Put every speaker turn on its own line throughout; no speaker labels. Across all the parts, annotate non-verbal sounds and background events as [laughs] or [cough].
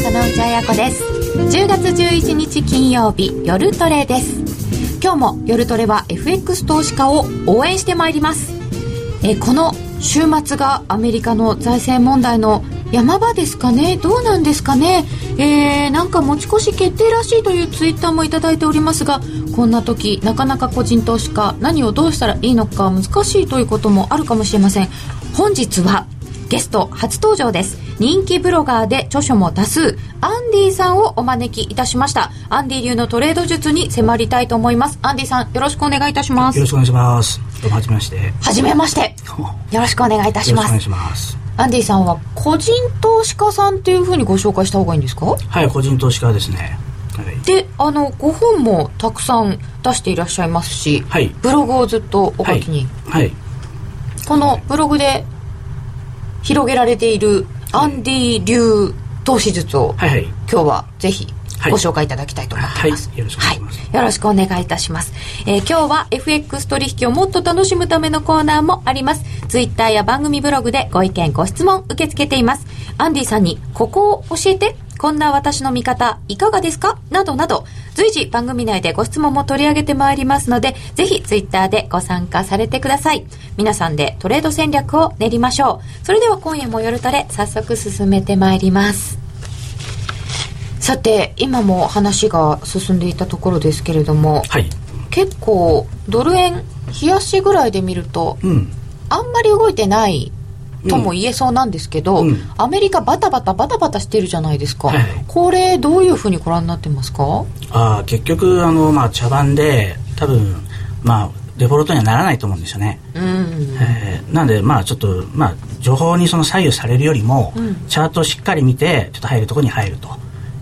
子です10月11日金曜日夜トレです今日も夜トレは FX 投資家を応援してまいりますえーこの週末がアメリカの財政問題の山場ですかねどうなんですかねえー、なんか持ち越し決定らしいというツイッターもいただいておりますがこんな時なかなか個人投資家何をどうしたらいいのか難しいということもあるかもしれません本日はゲスト初登場です人気ブロガーで著書も多数アンディさんをお招きいたしましたアンディ流のトレード術に迫りたいと思いますアンディさんよろしくお願いいたします
よろしくお願いします。どうもはじめまして。よ
はじめましてよろしくお願いいた
ろ
し
しくお
ます
願いします。
アンディさんは個人投資家さんっていうふうにご紹介した方がいいんですか
はい、個人投資家ですね。はい。
であのご本もたくさん出していらっしゃいますし、
はい
ブログをずっとお書
はい
きに、。
はい。
このブログで広げられているアンディ流投資術を、
はいはい。
今日はぜひ
はい
ご紹介いただきたいと思っています、
はいよろしくお願いします
はよろしくお願いいたします、えー今日は FX 取引をもっと楽しむためのコーナーもありますツイッターや番組ブログでご意見ご質問受け付けていますアンディさんにここを教えてこんな私の見方いかがですかなどなど随時番組内でご質問も取り上げてまいりますのでぜひツイッターでご参加されてください皆さんでトレード戦略を練りましょうそれでは今夜も夜トレ早速進めてまいりますさて今も話が進んでいたところですけれども、
はい。
結構ドル円冷やしぐらいで見ると、
うん。
あんまり動いてないとも言えそうなんですけど、
うん
アメリカバタバタバタバタしてるじゃないですか、
はい
これどういうふうにご覧になってますか
ああ、結局、あの、まあ、茶番で、多分、まあ、デフォルトにはならないと思うんですよね。
うん
えーなんで、まあ、ちょっと、まあ、情報にその左右されるよりも、
うん
チャートをしっかり見て、ちょっと入るところに入ると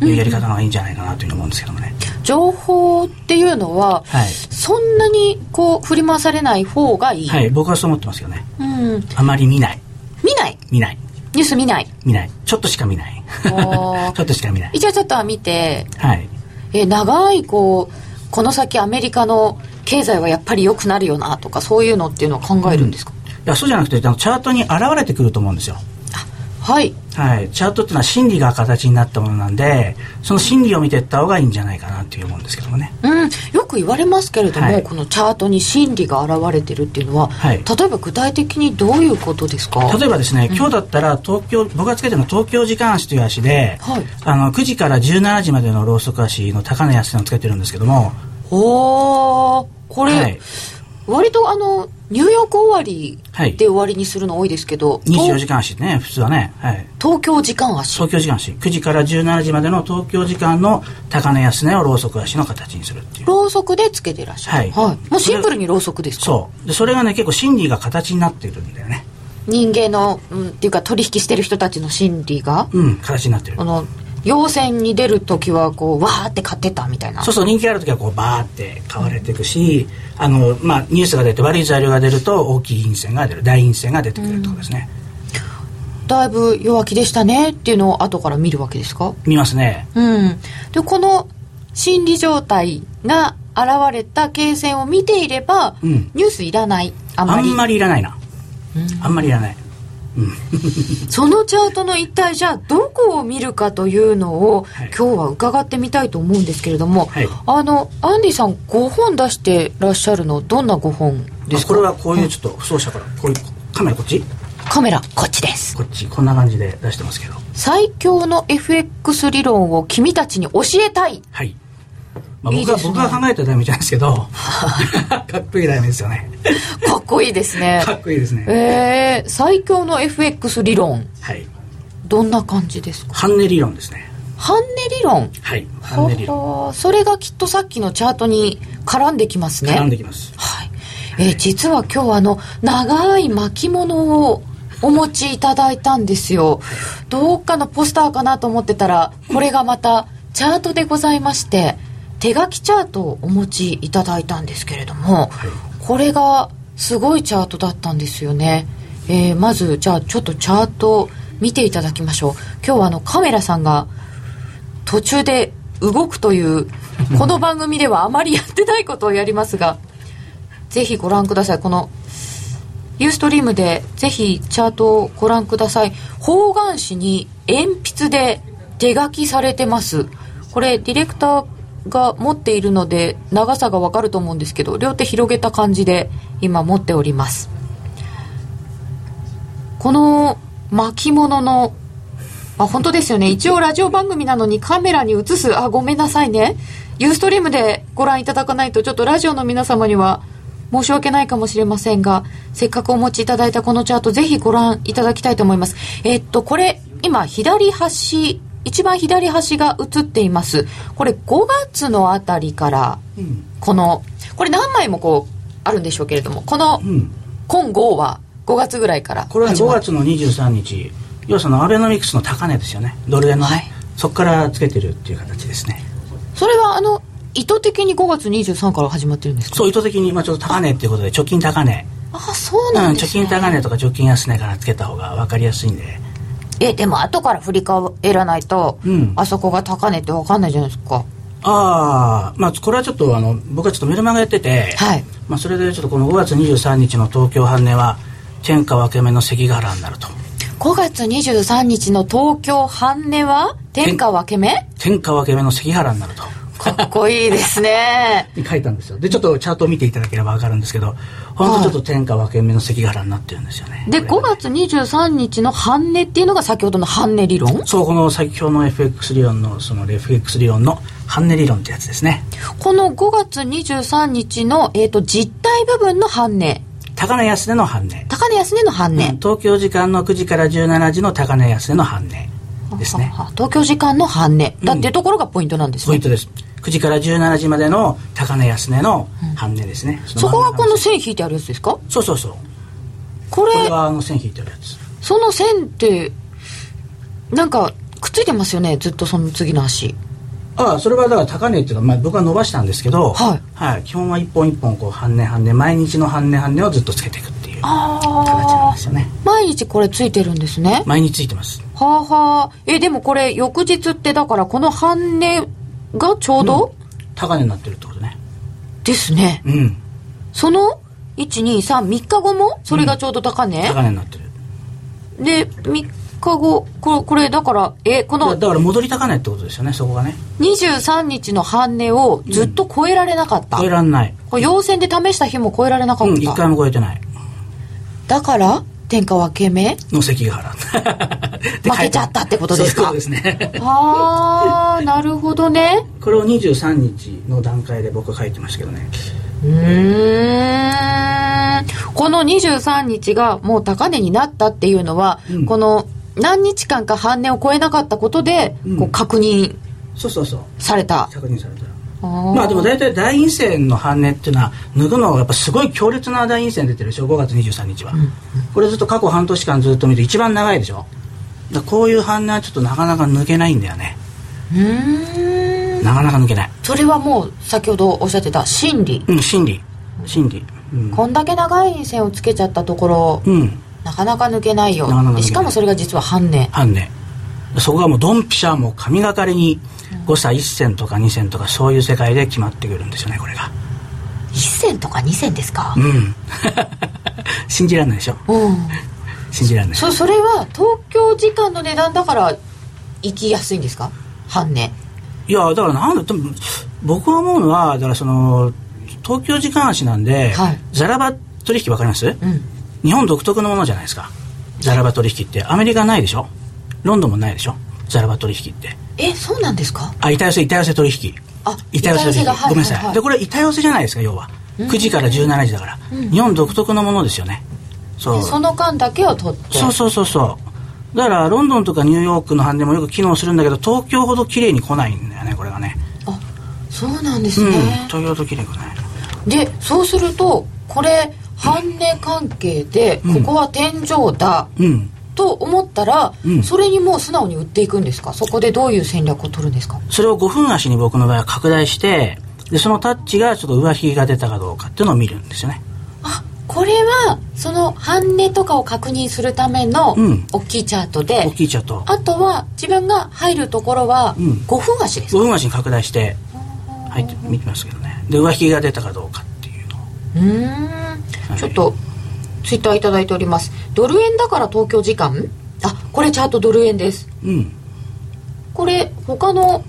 いうやり方の方がいいんじゃないかなというふうに思うんですけどもね。
情報っていうのは、
はい
そんなにこう振り回されない方がいい、
はい、僕はそう思ってますよね。
うん、
あまり見ない。
見ない
見ない。
ニュース見ない
見ない。ちょっとしか見ない。 [laughs] ち
お
ょ
ー
っとしか見ない。
一応ちょっとは見て
はい。
えー長いこうこの先アメリカの経済はやっぱり良くなるよなとかそういうのっていうのは考えるんですか、
いやそうじゃなくてあのチャートに現れてくると思うんですよ
はい
はいチャートってのは心理が形になったものなんでその心理を見ていった方がいいんじゃないかなっていう思うんですけどもね
うん、よく言われますけれども、
はい
このチャートに心理が現れてるっていうのは、
はい
例えば具体的にどういうことですか
例えばですね、今日だったら東京僕がつけてるのは東京時間足という足で、
はい
あの9時から17時までのローソク足の高値安値をつけてるんですけども
おーこれ、
はい
割とあのニューヨーク終わり
はい
で終わりにするの多いですけど、
24時
東
間足ね普通はね、はい、
東京時間足
東京時間足9時から17時までの東京時間の高値安値をローソク足の形にするっていう
ろうそくでつけてらっしゃる、
はい
もうシンプルにろうそくですか
そうでそれがね結構心理が形になっているんだよね
人間の、うん、っていうか取引してる人たちの心理が、
うん形になってる
あの陽線に出る時はこうわーって買ってたみたいな
そうそう人気ある時はこうバーって買われていくし、あのまあ、ニュースが出て悪い材料が出ると大きい陰線が出る大陰線が出てくるとかですね、
だいぶ弱気でしたねっていうのを後から見るわけですか
見ますね
うんでこの心理状態が現れた形線を見ていれば、
うん
ニュースいらないあ
あ
んまり
んまりいらないな、あんまりいらない
そのチャートの一体じゃあどこを見るかというのを、
はい
今日は伺ってみたいと思うんですけれども、
はい
あのアンディさん5本出してらっしゃるのどんな5本です
あ
か
これはこういうちょっと奏者からこういうカメラこっち
カメラこっちです
こっちこんな感じで出してますけど
最強の FX 理論を君たちに教えたい
はい、まあ、僕が
いいですね
僕が考えたダメじゃないですけ
[laughs]
ど [laughs] かっこいいダメですよね
かっこいいです
[laughs]
ね
かっこいいですね
えー、最強の FX 理論
はい
どんな感じですか
ハンネ理論ですね
ハンネ理論
はいハンネ理論
ほほそれがきっとさっきのチャートに絡んできますね
絡んできます
はい、えー実は今日あの長い巻物をお持ちいただいたんですよどっかのポスターかなと思ってたらこれがまたチャートでございまして手書きチャートをお持ちいただいたんですけれども、
はい
これがすごいチャートだったんですよね、えーまずじゃあちょっとチャート見ていただきましょう今日はあのカメラさんが途中で動くというこの番組ではあまりやってないことをやりますがぜひご覧くださいこのユーストリームでぜひチャートをご覧ください方眼紙に鉛筆で手書きされてますこれディレクターが持っているので長さがわかると思うんですけど両手広げた感じで今持っておりますこの巻物のあ本当ですよね一応ラジオ番組なのにカメラに映すあごめんなさいねユーストリームでご覧いただかないとちょっとラジオの皆様には申し訳ないかもしれませんがせっかくお持ちいただいたこのチャートぜひご覧いただきたいと思いますえっとこれ今左端一番左端が映っていますこれ5月のあたりから
うん
このこれ何枚もこうあるんでしょうけれどもこの
うん
今号は5月ぐらいから
これは
始
5
まる
月の23日要はそのアベノミクスの高値ですよねドル円の、ね
はい
そこからつけてるっていう形ですね
それはあの意図的に5月23から始まってるんですか
そう意図的に、まあ、ちょっと高値っていうことで貯金高値
あそう
うん、
なんで
貯
すね、
金高値とか貯金安値からつけた方が分かりやすいんで
えでも後から振り返らないと、
うん
あそこが高値って分かんないじゃないですか
ああまあこれはちょっとあの僕はちょっとメルマガやってて、
はい
まあ、それでちょっとこの5月23日の東京半値は天下分け目の関ヶ原になると
5月23日の東京半値は天下分け目
天下分け目の関ヶ原になると
かっこいいですね
書いたんですよでちょっとチャートを見ていただければ分かるんですけど本当ちょっと天下分け目の関ヶ原になってるんですよね
で
こ
5
れ
月23日の半値っていうのが先ほどの半値理論
そうこの先ほどの FX 理論のその FX 理論の半値理論ってやつですね
この5月23日の、えー、と実体部分の半値
高値安値の半値
高値安値の半値、
うん東京時間の9時から17時の高値安値の半値ですね
はは東京時間の半値だっていうところがポイントなんです
ポイ
ね
ン、トです9時から17時までの高値安値の半値ですね、
そ
の
こ
真
が
ん中
この線引いてあるやつですか
そうそうそう
これ
これがあの線引いてあるやつ
その線ってなんかくっついてますよねずっとその次の足
ああそれはだから高値っていうか、まあ、僕は伸ばしたんですけど、
はい
基本は一本一本こう半値半値毎日の半値半値をずっとつけていくっていう形なん
あ
ですよね
毎日これついてるんですね
毎日ついてます
はあはあえでもこれ翌日ってだからこの半値がちょうど、
高値になってるってことね
ですね
うん
その1233日後もそれがちょうど高値、
高値になってる
で3日後これこれだからえこ
だから
の
だから戻り高値ってことですよねそこがね
23日の半値をずっと超えられなかった、
超えらんない
これ陽線で試した日も超えられなか
う
っ
ん
た、
一回も超えてない
だから天下分け目
の関ヶ原で
[laughs] 負けちゃったってことですか
そういうことですね [laughs]
あーなるほどね
これを23日の段階で僕は書いてましたけどね
うーんこの23日がもう高値になったっていうのは、
うん
この何日間か半値を超えなかったことで、
うん
こう確認
そうそうそう
された
確認されたら
ま
まあでも大体大陰線の反値っていうのは抜くのがやっぱすごい強烈な大陰線出てるでしょ5月23日は、これずっと過去半年間ずっと見て一番長いでしょだからこういう反値はちょっとなかなか抜けないんだよね
うーん
なかなか抜けない
それはもう先ほどおっしゃってた心理、
うん心理心理うん、
こんだけ長い線をつけちゃったところ、
うん、
なかなか抜けないよ
なかなか抜けない
しかもそれが実は半値
反値そこがもうドンピシャもう神がかりに誤差1線とか2線とかそういう世界で決まってくるんですよねこれが
1銭とか2銭ですか
うん [laughs] 信じられないでしょ
うん
信じられない
そそれは東京時間の値段だから行きやすいんですか半値
いやだからなんだ多分僕は思うのはだからその東京時間足なんで、
はい
ザラバ取引わかります、
うん
日本独特のものじゃないですかザラバ取引ってアメリカないでしょロンドンもないでしょザラバ取引って
えそうなんですか
あ板寄せ板寄せ取引
あ
板寄せ取引、
はい
ごめんなさい、
はいはい
でこれ板寄せじゃないですか要は9時から17時だから、
うん
日本独特のものですよねそう
でその間だけを取って
そうそうそうそうだからロンドンとかニューヨークの反でもよく機能するんだけど東京ほど綺麗に来ないんだよねこれがね
あそうなんです
うん
ね、
東京ほど綺麗に来ない
でそうするとこれ半値関係で
う
こ
ん
こは天井だ
うん
と思ったら、
うん
それにもう素直に売っていくんですかそこでどういう戦略を取るんですか
それを5分足に僕の場合は拡大してでそのタッチがちょっと上髭が出たかどうかっていうのを見るんですよね
あこれはその半値とかを確認するための
うん
大きいチャートで、
大きいチャート
あとは自分が入るところは
うん
5分足です
5分足に拡大して入って見てますけどねで上髭が出たかどうかっていうのを
うーんちょっとツイッターいただいておりますドル円だから東京時間あこれチャートドル円です
うん
これ他の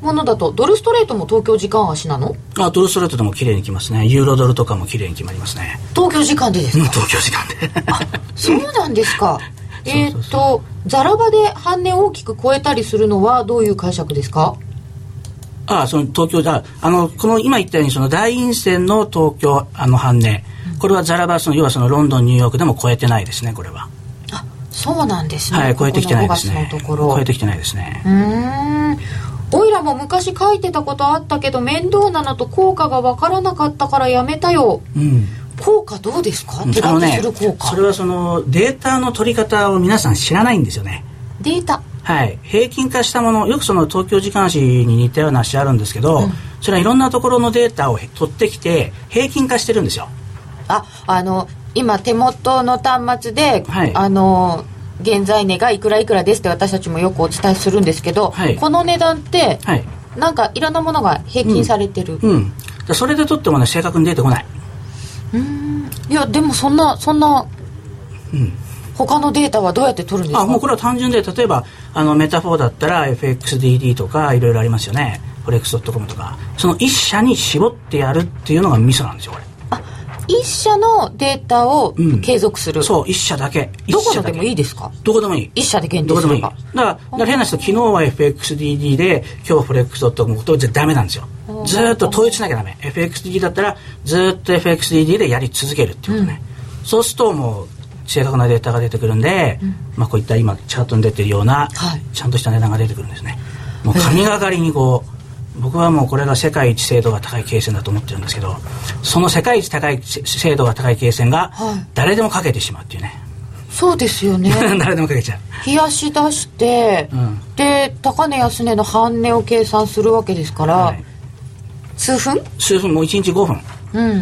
ものだとドルストレートも東京時間足なの
あドルストレートでも綺麗に決ますねユーロドルとかも綺麗に決まりますね
東京時間でです
うん
か
東京時間で
そうなんですかえーっとザラバで半値を大きく超えたりするのはどういう解釈ですか
[laughs] あその東京ああのこの今言ったようにその大陰線の東京あの半値これはザラバその要はそのロンドンニューヨークでも超えてないですねこれは
あそうなんですね
はい超えてきてないです
ここ
ね
の5月のところ
超えてきてないですね
うーんオイラも昔書いてたことあったけど面倒なのと効果が分からなかったからやめたよ
うん
効果どうですか手
あの
書き
ね
する効果、
それはそのデータの取り方を皆さん知らないんですよね
データ
はい、平均化したものよくその東京時間誌に似たような誌あるんですけど、それはいろんなところのデータを取ってきて平均化してるんですよ
ああの今手元の端末で、
はい
あの現在値がいくらいくらですって私たちもよくお伝えするんですけど、
はい
この値段って、
はい、
なんかいろんなものが平均されてる、
うん、だそれで取ってもね正確に出てこない
いやでもそんなそんな、他のデータはどうやって取るんですか
あもうこれは単純で例えばあのメタフォーだったら FXDD とかいろいろありますよねフォレックス .com とかその一社に絞ってやるっていうのがミソなんですよこれ
一社のデータを
うん
継続する、
そう一社だけ
どこのでもいい
い
ですか
どこでもいい
一社で限
ど
定
こですもい
れ
いだ
ば
からだから変な人昨日は FXDD で今日フレックスドットコムとじゃダメなんですよ
おー
ずーっと統一しなきゃダメ FXDD だったらずーっと FXDD でやり続けるっていうことね、そうするともう正確なデータが出てくるんで、まあ、こういった今チャートに出てるような、
はい
ちゃんとした値段が出てくるんですねもう神がかりにこう僕はもうこれが世界一精度が高い経線だと思ってるんですけどその世界一高いせ精度が高い経線が
はい
誰でもかけてしまうっていうね、
そうですよね
[laughs] 誰でもかけちゃう
冷やし出して、
うん
で高値安値の半値を計算するわけですから、
はい
数分
数分もう1日5分
うんうんう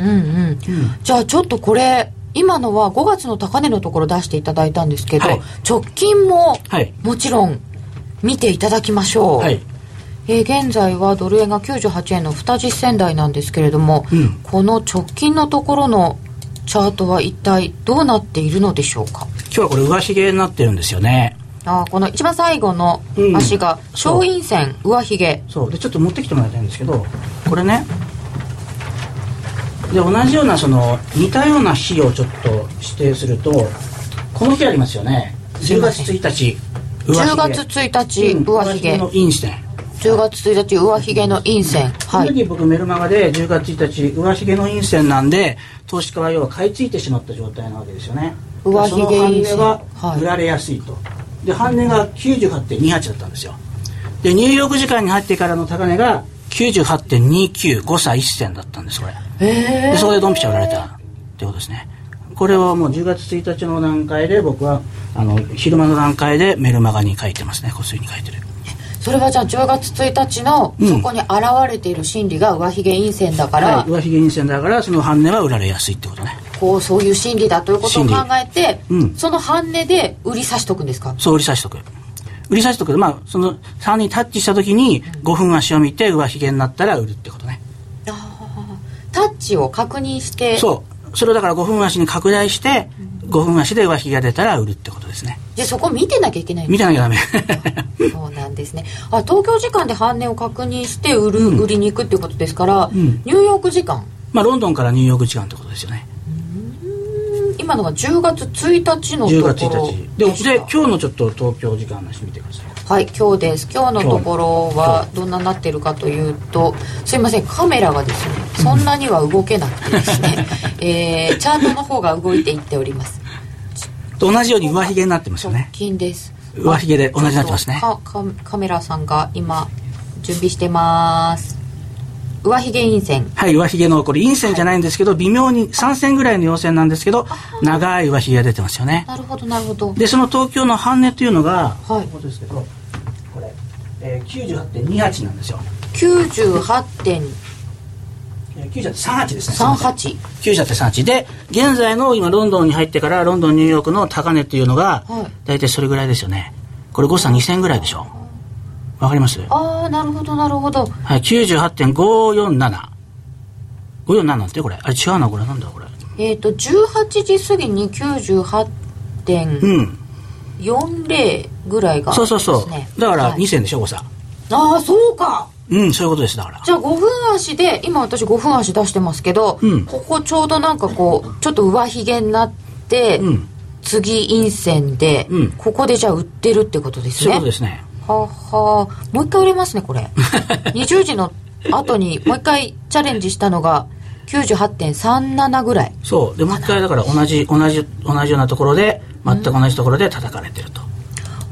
ん、じゃあちょっとこれ今のは5月の高値のところ出していただいたんですけど、
はい
直近も
はい
もちろん見ていただきましょう、
はい
えー現在はドル円が98円の二実銭台なんですけれども、
うん
この直近のところのチャートは一体どうなっているのでしょうか
今日はこれ上髭になってるんですよね
あーこの一番最後の足が
うんそう
小陰線上髭
そうでちょっと持ってきてもらいたいんですけどこれねで同じようなその似たような日をちょっと指定するとこの日ありますよね
すい
10
ま
月
せん
1日
10月1日
うん
上髭
の陰線
10月1日上髭の陰線
こ
は
の
い
時僕メルマガで10月1日上髭の陰線なんで投資家は要は買い付いてしまった状態なわけですよね
上髭陰線
その半値が売られやすいと、で半値が98.28だったんですよでニューヨーク時間に入ってからの高値が98.295歳1銭だったんですこれ
え
でそこでドンピシャ売られたってことですねこれはもう10月1日の段階で僕はあの昼間の段階でメルマガに書いてますねこっそりに書いてる
それはじゃあ10月1日の
うん
そこに現れている心理が上髭陰線だから、
はい、上髭陰線だからその半値は売られやすいってことね
こうそういう心理だということを考えて、
理うん
その半値で売り差しとくんですか
そう売り差しとく売り差しとくまあその3にタッチした時に5分足を見て上髭になったら売るってことね
タッチを確認して
そうそれをだから5分足に拡大して5分足で上髭が出たら売るってことですね
でそこ見てなきゃいけないんで
見てなきゃダメ [laughs]
すそうなんですねあ東京時間で半値を確認して売る、売りに行くっていうことですから、
ん
ニューヨーク時間
まあロンドンからニューヨーク時間ってことですよね
今のが10月1日のとこ
10
ろ
月1日で
でした
で今日のちょっと東京時間の足見てください
はい今日です今日のところはどんなになってるかというとすいませんカメラがですねそんなには動けなくてです
[laughs]
ね、えーチャートの方が動いていっております
と同じように上髭になってますよ
直
ね
近です
上髭で同じになってますね
かかカメラさんが今準備してます上髭陰線
はい上髭のこれ陰線じゃないんですけど微妙に3線ぐらいの陽線なんですけど長い上髭が出てますよね
なるほどなるほど
でその東京の半値というのが、
はい
こういうことですけどこれ、えー、98.28なんですよ、
98.38
えー、98.38ですね98.38で現在の今ロンドンに入ってからロンドンニューヨークの高値というのが、
はい
大体それぐらいですよねこれ誤差2000ぐらいでしょわかりますは
ああなるほどなるほど
い98.547547 547なんてこれあれ違うなこれなんだこれ
えっ、と18時過ぎに98.5
うん
40ぐらいが、ね、
そうそうそうだから
はい
2000でしょ誤差
ああそうか
うんそういうことですだから
じゃあ5分足で今私5分足出してますけど、
うん
ここちょうどなんかこうちょっと上髭になって、
うん
次陰線で、
うん
ここでじゃあ売ってるってことです
そ
ね
ういうことですね
ははもう一回売れますねこ
[laughs]
れ20時の後にもう一回チャレンジしたのが98.37ぐらい
そうでもう一回だから同じ同じ同じようなところで全く同じところで叩かれてると、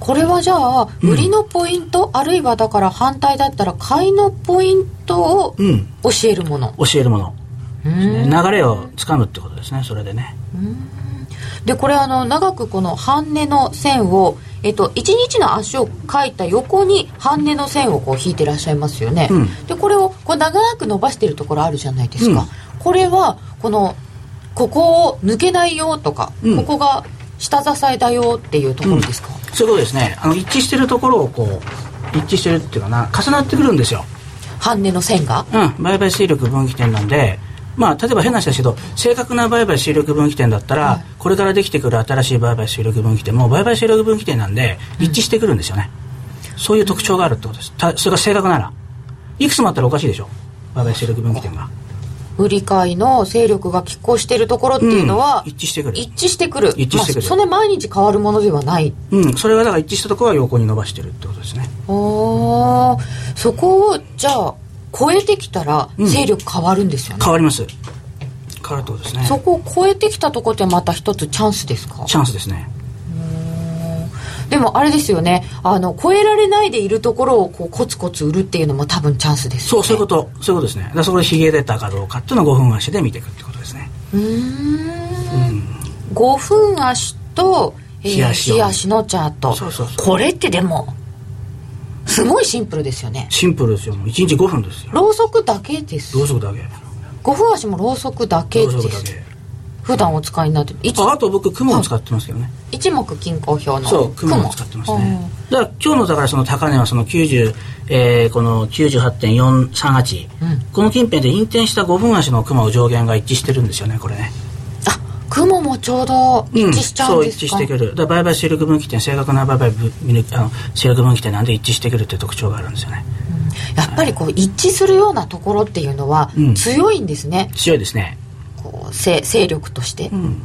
これはじゃあ売りのポイント、あるいはだから反対だったら買いのポイントを
うん
教えるもの、
教えるもの、
うーん
ね流れをつかむってことですねそれでね
でこれあの長くこの半値の線を、えっと、1日の足を描いた横に半値の線をこう引いてらっしゃいますよね、
うん
でこれをこう長く伸ばしてるところあるじゃないですか、
うん
これはこのここを抜けないよとか、
うん
ここが下支えだよっていうところですか、
そういうことですねあの一致してるところをこう一致してるっていうかな重なってくるんですよ
半値の線が
うん、売買水力分岐点なんで、まあ、例えば変な話ですけど、正確な売買水力分岐点だったら、これからできてくる新しい売買水力分岐点も、売買水力分岐点なんで、一致してくるんですよね。そういう特徴があるってことです。たそれが正確なら。いくつもあったらおかしいでしょ。売買水力分岐点が。
売り買いの勢力が拮抗しているところっていうのは、
うん一致してくる
一致してくる
一致してくる
まあ、そんな毎日変わるものではない
うん、それはだから一致したところは横に伸ばしてるってことですね。
あーそこをじゃあ超えてきたら
うん
勢力変わるんですよね、
変わります。変わるってことですね。
そこを超えてきたとこってまた一つチャンスですか
チャンスですね。
でもあれですよねあの超えられないでいるところをこうコツコツ売るっていうのも多分チャンスです
そ
よ、
う、
ね、
そういうこと。そういうことですね。だからそこでヒゲ出たかどうかっていうのを5分足で見ていくってことですね。
うーん5分足と、え
日
ー、
足を
日足のチャート
そうそうそう
これってでもすごいシンプルですよね
シンプルですよ。もう1日5分ですよ。
ろうそくだけです
ろうそくだけ。
5分足もろうそくだけ
ろ
で
うそくだ
す
け。
普段お使いになってる一
ああと僕雲を使ってますけどね。
一目均衡表の
そう雲を使ってますね。だから今日のだからその高値はその90、えー、この98.438、
うん
この近辺で引転した5分足の雲を上限が一致してるんですよねこれね。
あ雲もちょうど一致しちゃうん
そう
です
一致
か、
してくる。だから売買勢力分岐点正確な売買ぶあの勢力分岐点なんで一致してくるっていう特徴があるんですよね。
やっぱりこう一致するようなところっていうのは
うん
強いんですね、
強いですね。
こう勢勢力として、
ん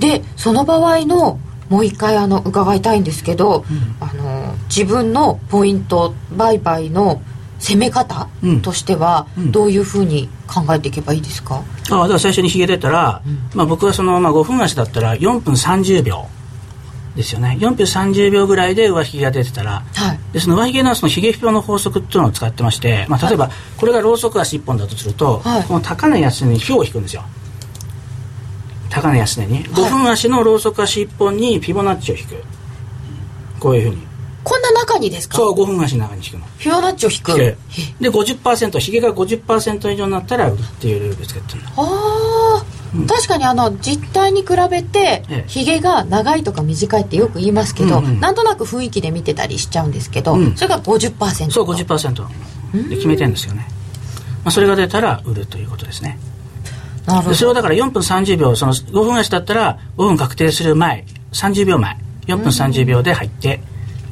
でその場合のもう一回あの伺いたいんですけど、あの自分のポイント売買の攻め方
うん
としては
うん
どういうふうに考えていけばいいですか、
あだから最初にヒゲ出たら、まあ、僕はその、まあ、5分足だったら4分30秒ですよね4分30秒ぐらいで上髭が出てたら、
はい
でその上髭のそのヒゲ表の法則っていうのを使ってまして、まあ、例えばこれがローソク足1本だとすると、
はい
この高値安値に表を引くんですよ高値安値に5分足のローソク足1本にフィボナッチを引くこういうふうに
こんな中にですか
そう5分足の中に引くの
フィオナッチを引く
引く
へ
で50%ヒゲが50%以上になったら売るっていうルールで作ってるの
あー確かにあの実態に比べて
ええ
ヒゲが長いとか短いってよく言いますけど、
うんうん
なんとなく雰囲気で見てたりしちゃうんですけど、
うん
それが50%
そう50%で決めてるんですよね、まあ、それが出たら売るということですね
なる
で
ほ
それ
ど
をだから4分30秒その5分足だったら5分確定する前30秒前4分30秒で入って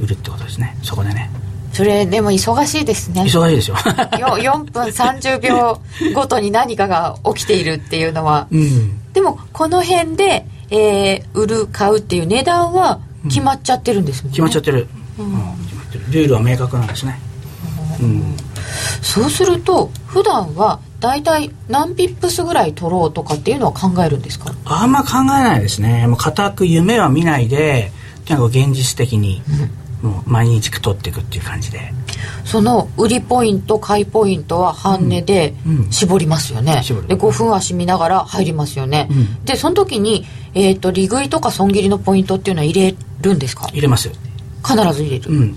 売るってことですねそこでね
それでも忙しいですね
忙しいですよ [laughs]
よ4分30秒ごとに何かが起きているっていうのは、
うん
でもこの辺で、えー売る買うっていう値段は決まっちゃってるんですもんね、
決まっちゃってる、うん決まってるルールは明確なんですねうん
そうすると普段は大体何ピップスぐらい取ろうとかっていうのは考えるんですか
あんま考えないですねもう固く夢は見ないでなんか現実的にもう毎日取っていくっていう感じで
その売りポイント買いポイントは半値で
うんうん
絞りますよね、
絞る
で5分足見ながら入りますよね、
うん
でその時に、えー、と利食いとか損切りのポイントっていうのは入れるんですか
入れます
必ず入れる、
うん、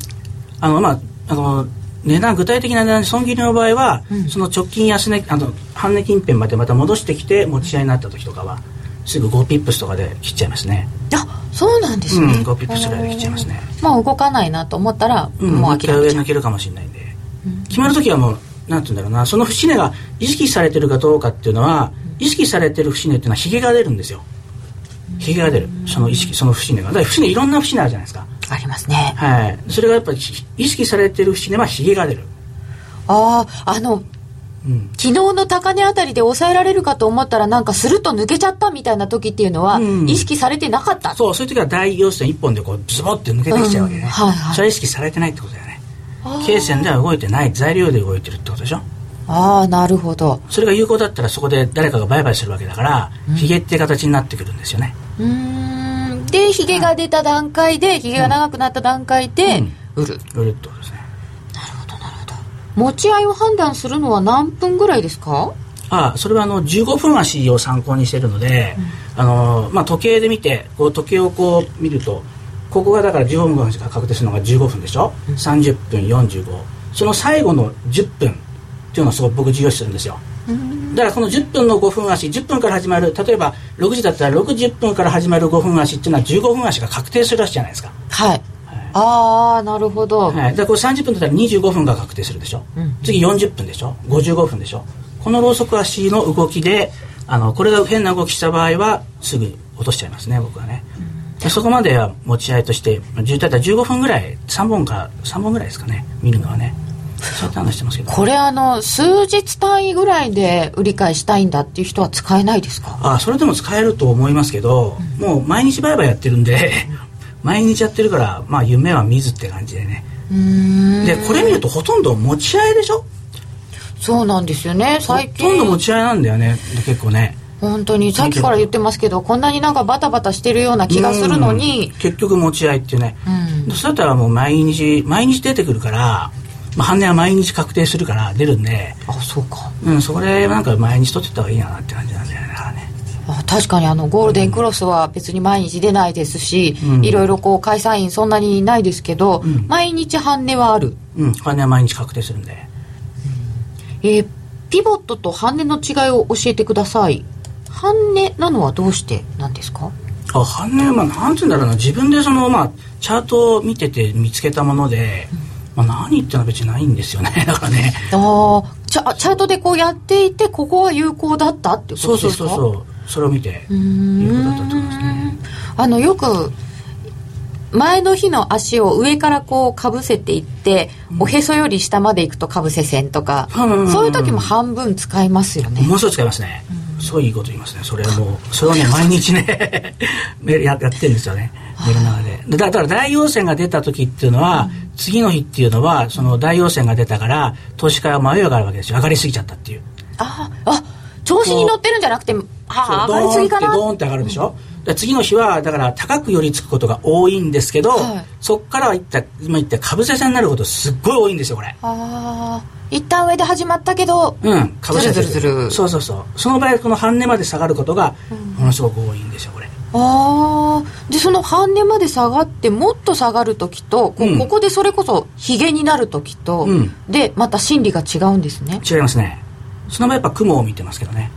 あのまああの値段具体的な値段損切りの場合は、
うん
その直近安値あの半値近辺までまた戻してきて持ち合いになった時とかはすぐ5ピップスとかで切っちゃいますね
あそうなんですね、
うん5ピップスぐらいで切っちゃいますね
まあ動かないなと思ったら、
うん
も
もう
う
一回
諦め
上
ちゃう
抜けるかもしれないんで、決まる時はもうなんて言うんだろうなその節値が意識されてるかどうかっていうのは意識されてる節値っていうのはヒゲが出るんですよひげが出るその意識その節目がだから節目いろんな節目あるじゃないですか
ありますね
はいそれがやっぱり意識されてる節目はひげが出る
あああの
うん
昨日の高値あたりで抑えられるかと思ったらなんかスルッと抜けちゃったみたいな時っていうのは、
うん
意識されてなかった
そうそういう時は大陽線一本でこうズボって抜けてきちゃうわけね、
うんはいはい
それは意識されてないってことだよね
あー
経線では動いてない材料で動いてるってことでしょ
ああなるほど
それが有効だったらそこで誰かが売買するわけだから、ヒゲって形になってくるんですよね
うーんでヒゲが出た段階でヒゲが長くなった段階で売る、
売るってことですね
持ち合いを判断するのは何分ぐらいですか
ああそれはあの15分足を参考にしてるので、あのまあ、時計で見てこう時計をこう見るとここがだから15分足が確定するのが15分でしょ、30分45その最後の10分っていうのはすごく僕重要視するんですよだからこの10分の5分足10分から始まる例えば6時だったら60分から始まる5分足っていうのは15分足が確定する足じゃないですか、
はいああなるほど、
はい、だからこれ30分だったら25分が確定するでしょ、
うん
次40分でしょ55分でしょこのローソク足の動きであのこれが変な動きした場合はすぐ落としちゃいますね僕はね、でそこまでは持ち合いとしてまあ10だったら15分ぐらい3本か3本ぐらいですかね見るのはねそういった話してますけど
これあの数日単位ぐらいで売り買いしたいんだっていう人は使えないですか
あそれでも使えると思いますけど、もう毎日売買やってるんで毎日やってるからまあ夢は見ずって感じでね
うーん
でこれ見るとほとんど持ち合いでしょ
そうなんですよね最
ほとんど持
近
ち合いなんだよねで結構ね
本当にさっきから言ってますけどこんなになんかバタバタしてるような気がするのに
うん結局持ち合いっていうね、
うん
そうだったらもう毎日毎日出てくるから、まあ、半年は毎日確定するから出るんで、
あそうか
うん、そこでなんか毎日取ってった方がいいなって感じなんだよねだからね
あ確かにあのゴールデンクロスは別に毎日出ないですし、
うん
いろいろこう開催員そんなにないですけど、
ん
毎日半値はある、
うん半年は毎日確定するんで
えーピボットと半値の違いを教えてください半値なのはどうしてなんですか
あ半年まあなんて言うんだろうな自分でそのまあチャートを見てて見つけたもので、まあ、何ってのは別にないんですよね [laughs] だからね
ああチャチャートでこうやっていてここは有効だったっていうこ
そう
と
そ
で
う
すか
そうそうそれを見て
ん
有効だったと思いますね
あのよく前の日の足を上からこうかぶせていって、おへそより下まで行くとかぶせ線とか、
うんうんうん
そういう時も半分使いますよね、
ものすごい使いますね、すごいいいこと言いますねそれはもうそれをね毎日ね [laughs] ややってるんですよね寝る中ででだだから大陽線が出た時っていうのは、次の日っていうのはその大陽線が出たから投資家は迷いがあるわけですよ上がりすぎちゃったっていう
あーあ調子に乗ってるんじゃなくてああ上がりすぎか
そうド
な
ーンってドーンって上がるでしょ、だから次の日はだから高く寄りつくことが多いんですけど、
はい
そっからいった今言った株ぶせ線になることすっごい多いんですよこれ
あー一旦上で始まったけど、
うんかぶせてくる
ずるずるずる
そうそうそうその場合この半値まで下がることがものすごく多いんですよこれ
ああでその半値まで下がってもっと下がる時とこ,、
うん
ここでそれこそヒゲになる時と、
うん
でまた心理が違うんですね
違いますねその場合やっぱ雲を見てますけどね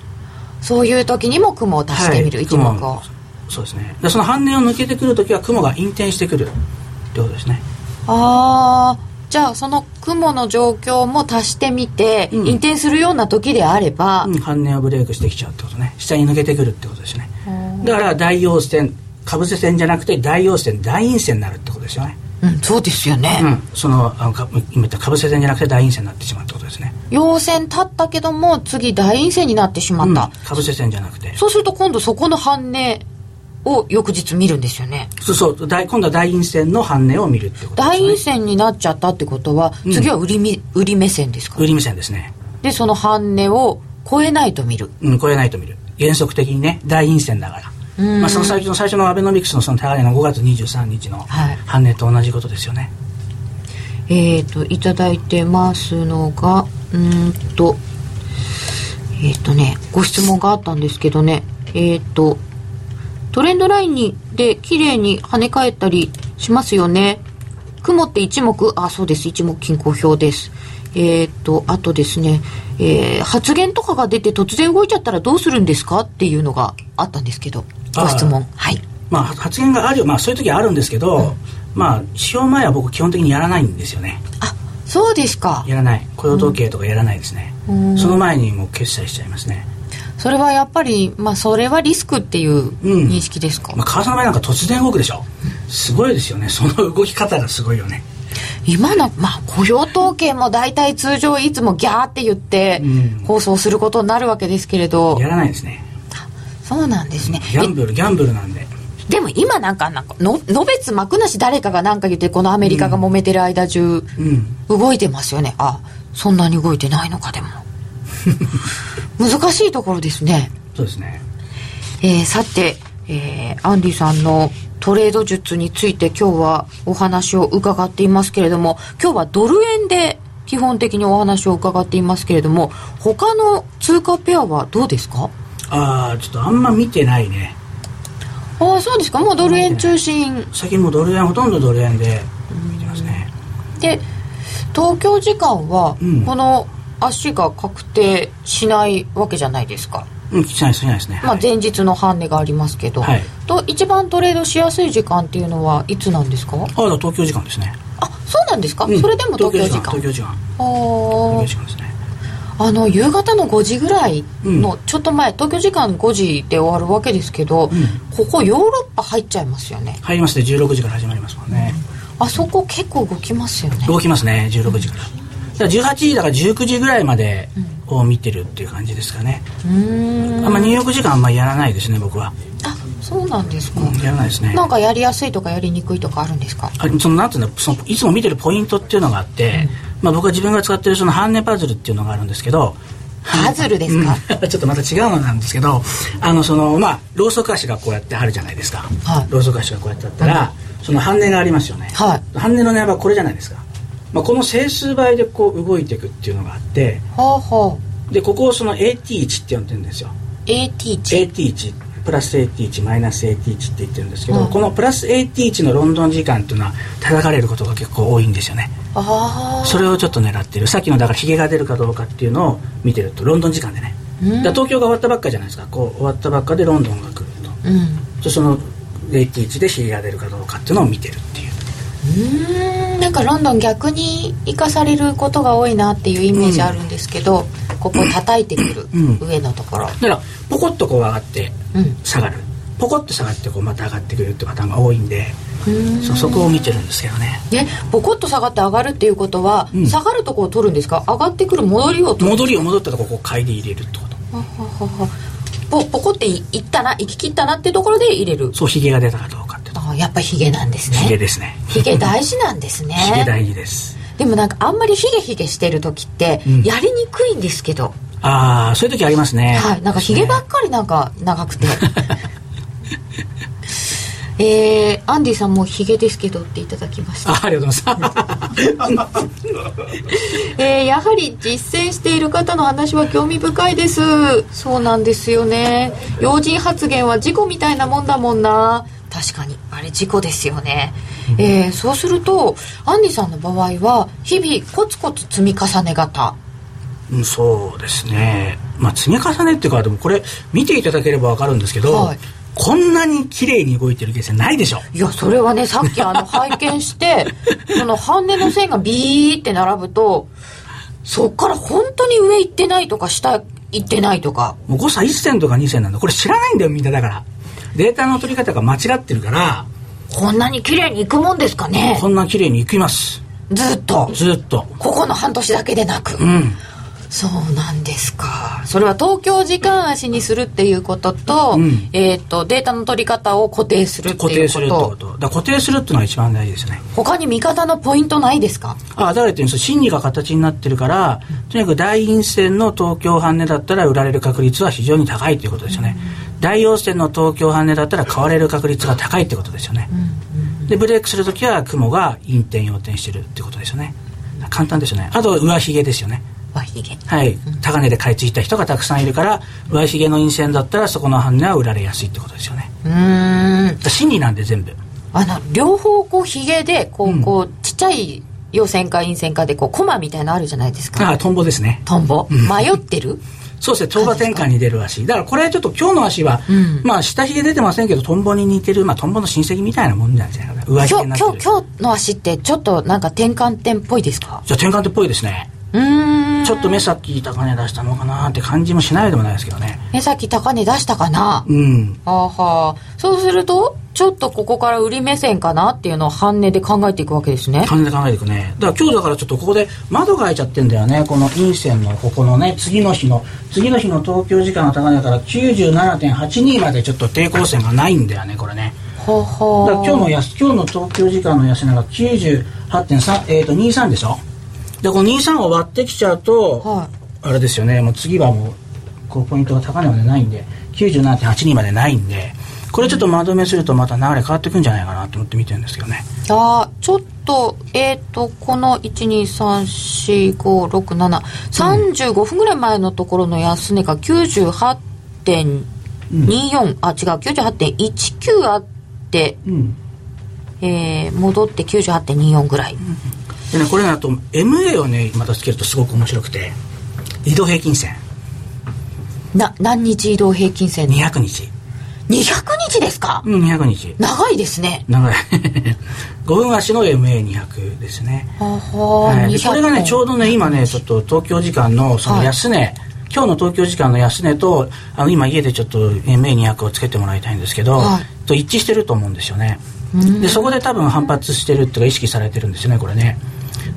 そういう時にも雲を足してみる、
はい
一目
雲
を
そうですねでその半年を抜けてくるときは雲が引転してくるってことですね
ああじゃあその雲の状況も足してみて、
うん
引転するような時であれば、
うん半年をブレイクしてきちゃうってことね下に抜けてくるってことですね
うん
だから大陽線かぶせ線じゃなくて大陽線大陰線になるってことですよね
うんそうですよね、
うんそのあのか今言ったかぶせ線じゃなくて大陰線になってしまうってことですね
陽線立ったけども次大陰線になってしま
うん
った、
かぶせ線じゃなくて
そうすると今度そこの半値を翌日見るんですよね
そうそう大今度は大陰線の半値を見るってことですね
大陰線になっちゃったってことは
うん
次は売りみ、売り目線ですか
売り目線ですね
でその半値を超えないと見る
うん、超えないと見る原則的にね大陰線だから、
うん
まあ、その最初の最初のアベノミクスのその高値の5月23日の
はい
反値と同じことですよね、
えっ、といただいてますのがうーんとえっ、とねご質問があったんですけどねえっ、とトレンドラインにで綺麗に跳ね返ったりしますよね雲って一目あそうです一目均衡表ですえっ、とあとですね、えー発言とかが出て突然動いちゃったらどうするんですかっていうのがあったんですけどご質問はい
まあ、発言があるよ、まあ、そういう時はあるんですけど、まあ使用前は僕基本的にやらないんですよね
あそうですか
やらない雇用統計とかやらないですね、
うん
その前にもう決済しちゃいますね
それはやっぱり、まあ、それはリスクっていう
うん
認識ですか、
まあ、為替の場合なんか突然動くでしょすごいですよねその動き方がすごいよね
今の、まあ、雇用統計も大体通常いつもギャーって言って
うん
放送することになるわけですけれど、
やらないですね
そうなんですね
ギャンブルギャンブルなんで
でも今なんかなんかののべつ幕なし誰かが何か言ってこのアメリカが揉めてる間中、
うん
動いてますよねあそんなに動いてないの
[laughs]
かでも難しいところですね、
そうですね
えーさて、えーアンディさんのトレード術について今日はお話を伺っていますけれども今日はドル円で基本的にお話を伺っていますけれども他の通貨ペアはどうですか
ああちょっとあんま見てないね
ああそうですかもうドル円中心
最近もうドル円ほとんどドル円で見てますね
で東京時間は
うん
この足が確定しないわけじゃないですか、
うん来てないです来てないですね、
まあ、
はい
前日のハンデがありますけど、
はい
と一番トレードしやすい時間っていうのはいつなんですか
ああだから東京時間ですね、
あそうなんですか、
うん
それでも東京時間
東京時間
あ
東京
ー
時間東京時間ですね
あの夕方の5時ぐらいの
う
ちょっと前、東京時間5時で終わるわけですけど、
ん
ここヨーロッパ入っちゃいますよね
入りますね16時から始まりますもんね、
あそこ結構動きますよね
動きますね16時からだから18時だから19時ぐらいまでを見てるっていう感じですかね、
うーん
あんま入浴時間あんまやらないですね僕は、
あそうなんですか、
うんやらないですね
なんかやりやすいとかやりにくいとかあるんですか
あそのなんていうのそのいつも見てるポイントっていうのがあって、まあ、僕は自分が使ってるそのハンネパズルっていうのがあるんですけど
パズルですか、
うん [laughs] ちょっとまた違うのなんですけどあのそのまあろうそく足がこうやってあるじゃないですか、
はい
ろうそく足がこうやってあったら、その半値がありますよね、
はい
半値の値幅はこれじゃないですか、まあ、この整数倍でこう動いていくっていうのがあって
ほうほ
でここをその AT 値って呼んでるんですよ
う AT 値
AT 値プラス AT 値マイナス AT 値って言ってるんですけど、
うん
このプラス AT 値のロンドン時間っていうのは叩かれることが結構多いんですよね
あ
それをちょっと狙ってるさっきのだからヒゲが出るかどうかっていうのを見てるとロンドン時間でね、
うん
だから東京が終わったばっかじゃないですかこう終わったばっかでロンドンが来る
あうんう
とでその AT 値でヒゲが出るかどうかっていうのを見てるっていう
ーんなんかロンドン逆に生かされることが多いなっていうイメージあるんですけど、ここ叩いてくる、
うん
上のところ
だからポコッとこう上がって
うん
下がるポコッと下がってこうまた上がってくるってパターンが多いんで
うーん
そうそこを見てるんですけどね
ねボコッと下がって上がるっていうことは、
うん
下がるとこを取るんですか上がってくる戻りを取る
戻りを戻ったとこをこう買いで入れるってこと
ははははポポコっていいったな行き切ったなっていうところで入れる
そうヒゲが出たかどうかってとこ
あーやっぱヒゲなんですね
ヒゲですね
ヒゲ大事なんですね
ヒゲ大事です
でもなんかあんまりヒゲヒゲしてる時って
うん
やりにくいんですけど、
ああそういう時ありますね
はいなんかヒゲばっかりなんか長
[laughs]
くてえー、アンディさんもヒゲですけどっていただきました
あありがとうございます
えーやはり実践している方の話は興味深いですそうなんですよね要人発言は事故みたいなもんだもんな確かにあれ事故ですよね、えーそうするとアンディさんの場合は日々コツコツ積み重ね型
うんそうですねまあ積み重ねっていうかでもこれ見ていただければわかるんですけど、
はい
こんなに綺麗に動いてるケースないでしょ
いやそれはねさっきあの拝見
[laughs]
してその半値の線がビーって並ぶとそっから本当に上行ってないとか下行ってないとか
もう誤差1銭とか2銭なんだこれ知らないんだよみんなだからデータの取り方が間違ってるから
こんなに綺麗に行くもんですかね
こんな綺麗にいきます
ずっと
ずっと
ここの半年だけでなく、
うん
そうなんですかそれは東京時間足にするっていうことと,、
うん
えー、とデータの取り方を固定するって
固
い
定
う
す
こ
るって
と
ことだから固定するっていうのが一番大事ですね
他に味方のポイントないですか
あだから言ってるんですよ心理が形になってるから、とにかく大陰線の東京半値だったら売られる確率は非常に高いということですよね、大陽線の東京半値だったら買われる確率が高いってことですよね、でブレイクするときは雲が陰転陽転してるってことですよね簡単ですよねあと上髭ですよね
わひげ
はい高値で買い付いた人がたくさんいるから上髭の陰線だったらそこの半値は売られやすいってことですよね
うーん
だから心理なんで全部
あの両方こうひげでこう,、
うん
こうちっちゃい陽線か陰線かでこうコマみたいなのあるじゃないです
だか
から
トンボですね
トンボ迷ってる
そうですね、相場転換に出る足。だからこれちょっと今日の足は、
うん
まあ下髭出てませんけど、トンボに似てる、まあトンボの親戚みたいなもんじゃないですかね。上
今日
髭になって
今
る。
日今日の足ってちょっとなんか転換点っぽいですか
じゃあ転換点っぽいですね。
うん
ちょっと目先高値出したのかなって感じもしないでもないですけどね。
目先高値出したかな
うん。
あーはーそうするとちょっとここから売り目線かなっていうのを半値で考えていくわけですね
感じで考えていくね。だから今日だからちょっとここで窓が開いちゃってんだよね。この陰線のここのね、次の日の、次の日の東京時間の高値から97.82までちょっと抵抗線がないんだよね、これね。
ほうほ
だ
う
から今日の安今日の東京時間の安値が98.3、えー、と23でしょでこの23を割ってきちゃうと、
は
あれですよねもう次はもうこうポイントが高値までないんで97.82までないんでこれちょっとまとめするとまた流れ変わってくんじゃないかなと思って見てるんですけどね
いあーちょっとえっ、とこの123456735分ぐらい前のところの安値が98.24、あ違う98.19あって
うん
えー戻って98.24ぐらい、
でねこれだと MA をねまたつけるとすごく面白くて移動平均線
な何日移動平均線の
200日
200日ですか、
うん200日
長いですね
長 [laughs] い5分足の MA200 ですね
はは
はいでこれがねちょう
ど
どね今ねちょっと東京時間のその安値、今日の東京時間の安値とあの今家でちょっと MA200 をつけてもらいたいんですけど、
はい
と一致してると思うんですよね
うん
でそこで多分反発してるっていうか意識されてるんですよねこれね